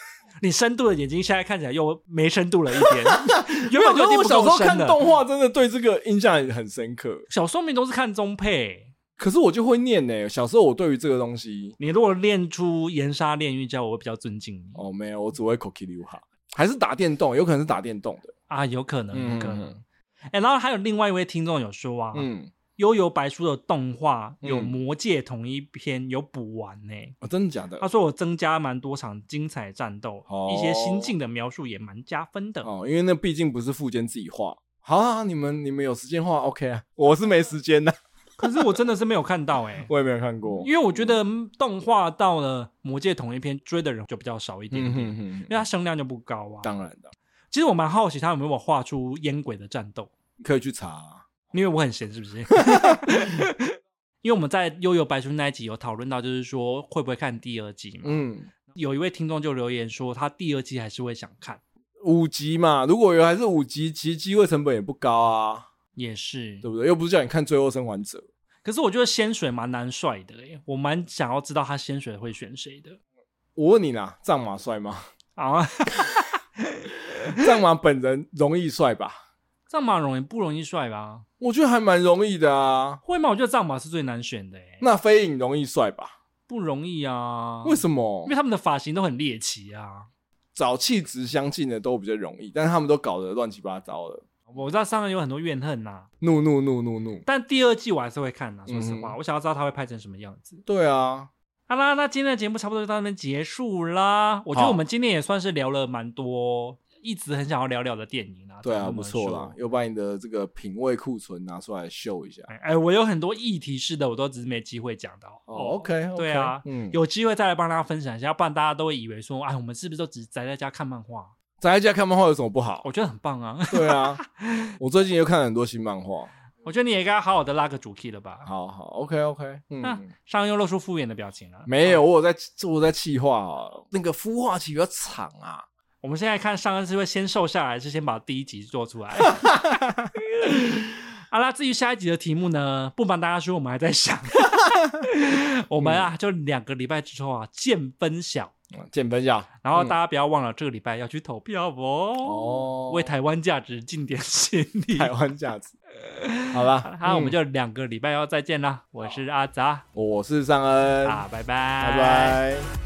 Speaker 1: 你深度的眼睛现在看起来又没深度了一 点，原本就已经
Speaker 2: 因为我
Speaker 1: 不
Speaker 2: 小时
Speaker 1: 够
Speaker 2: 候
Speaker 1: 深
Speaker 2: 看
Speaker 1: 了。
Speaker 2: 动画，真的对这个印象很深刻。
Speaker 1: 小说明都是看中配，
Speaker 2: 可是我就会念呢、小时候我对于这个东西，
Speaker 1: 你如果练出岩杀炼狱娇，我会比较尊敬你、
Speaker 2: 哦，没有，我只会 Cookie 流哈，还是打电动，有可能是打电动的。
Speaker 1: 啊，有可能，
Speaker 2: 嗯
Speaker 1: 有可能。哎、然后还有另外一位听众有说啊，
Speaker 2: 嗯，
Speaker 1: 幽游白书》的动画有《
Speaker 2: 嗯
Speaker 1: 魔界》同一篇有补完呢、
Speaker 2: 哦，真的假的
Speaker 1: 他？说我增加蛮多场精彩战斗，
Speaker 2: 哦
Speaker 1: 一些心境的描述也蛮加分 的。
Speaker 2: 哦，因为那毕竟不是富坚自己画。好啊，你们你们有时间画 OK 啊，我是没时间呐、
Speaker 1: 可是我真的是没有看到 哎、
Speaker 2: 我也没有看过。
Speaker 1: 因为我觉得动画到了《魔界》同一篇追的人就比较少一点
Speaker 2: 嗯
Speaker 1: 点，
Speaker 2: 哼哼
Speaker 1: 因为它声量就不高啊。
Speaker 2: 当然的，
Speaker 1: 其实我蛮好奇他有没有画出烟鬼的战斗，
Speaker 2: 你可以去查啊、
Speaker 1: 因为我很闲，是不是？ 因为我们在《悠悠白书》那一集有讨论到，就是说会不会看第二季嘛？
Speaker 2: 嗯，
Speaker 1: 有一位听众就留言说，他第二季还是会想看，
Speaker 2: 五级嘛，如果有还是五级，其实机会成本也不高啊，
Speaker 1: 也是
Speaker 2: 对不对？又不是叫你看《最后生还者》，
Speaker 1: 可是我觉得仙水蛮难帅的耶，我蛮想要知道他仙水会选谁的
Speaker 2: 我问你啦，藏马帅吗？
Speaker 1: 啊。
Speaker 2: 藏马本人容易帅吧？
Speaker 1: 藏马容易不容易帅吧？
Speaker 2: 我觉得还蛮容易的啊。
Speaker 1: 会吗？我觉得藏马是最难选的耶，
Speaker 2: 那飞影容易帅吧？
Speaker 1: 不容易啊。
Speaker 2: 为
Speaker 1: 么？
Speaker 2: 什么
Speaker 1: 因为？他们的发型都很猎奇啊。
Speaker 2: 找气质相近的都比较容易，但是他们都搞得乱七八糟的。
Speaker 1: 我知道上面有很多怨恨呐、啊
Speaker 2: 怒怒怒怒怒！
Speaker 1: 但第二季我还是会看啊呐、说实话，
Speaker 2: 嗯哼
Speaker 1: 我想要知道他会拍成什么样子。
Speaker 2: 对啊，
Speaker 1: 好啦，那今天的节目差不多就到这边结束啦。我觉得
Speaker 2: 好
Speaker 1: 我们今天也算是聊了蛮多，一直很想要聊聊的电影啊。
Speaker 2: 对
Speaker 1: 这
Speaker 2: 啊，
Speaker 1: 么
Speaker 2: 不错
Speaker 1: 说
Speaker 2: 啦，又把你的这个品味库存拿出来秀一下。
Speaker 1: 哎、哎，我有很多议题式的，我都只是没机会讲到。
Speaker 2: 哦，OK，
Speaker 1: 对啊，
Speaker 2: 嗯，
Speaker 1: 有机会再来帮大家分享一下，不然大家都会以为说，哎，我们是不是都只宅在家看漫画？
Speaker 2: 宅在家看漫画有什么不 好？
Speaker 1: 我觉得很棒啊！
Speaker 2: 对啊，我最近又看了很多新漫画。
Speaker 1: 我觉得你也该好好的拉个主 key 了吧？
Speaker 2: 好好，OK OK，
Speaker 1: 那
Speaker 2: 嗯，
Speaker 1: 上又露出敷衍的表情啊了。
Speaker 2: 没有，我有在我有在气化啊，那个孵化期比较长啊。
Speaker 1: 我们现在看上恩是会先瘦下来，还是先把第一集做出来？ 好啦，至于下一集的题目呢，不瞒大家说，我们还在 想。我们啊，就两个礼拜之后啊，见分晓。
Speaker 2: 嗯见分晓。
Speaker 1: 然后
Speaker 2: 嗯
Speaker 1: 大家不要忘了，这个礼拜要去投票哦，
Speaker 2: 哦，
Speaker 1: 为台湾价值尽点心力。
Speaker 2: 台湾价值。好啦，
Speaker 1: 好啦，我们
Speaker 2: 就
Speaker 1: 就两个礼拜要再见啦。我是阿杂
Speaker 2: 我是尚恩，
Speaker 1: 啊，拜拜，
Speaker 2: 嗯拜拜。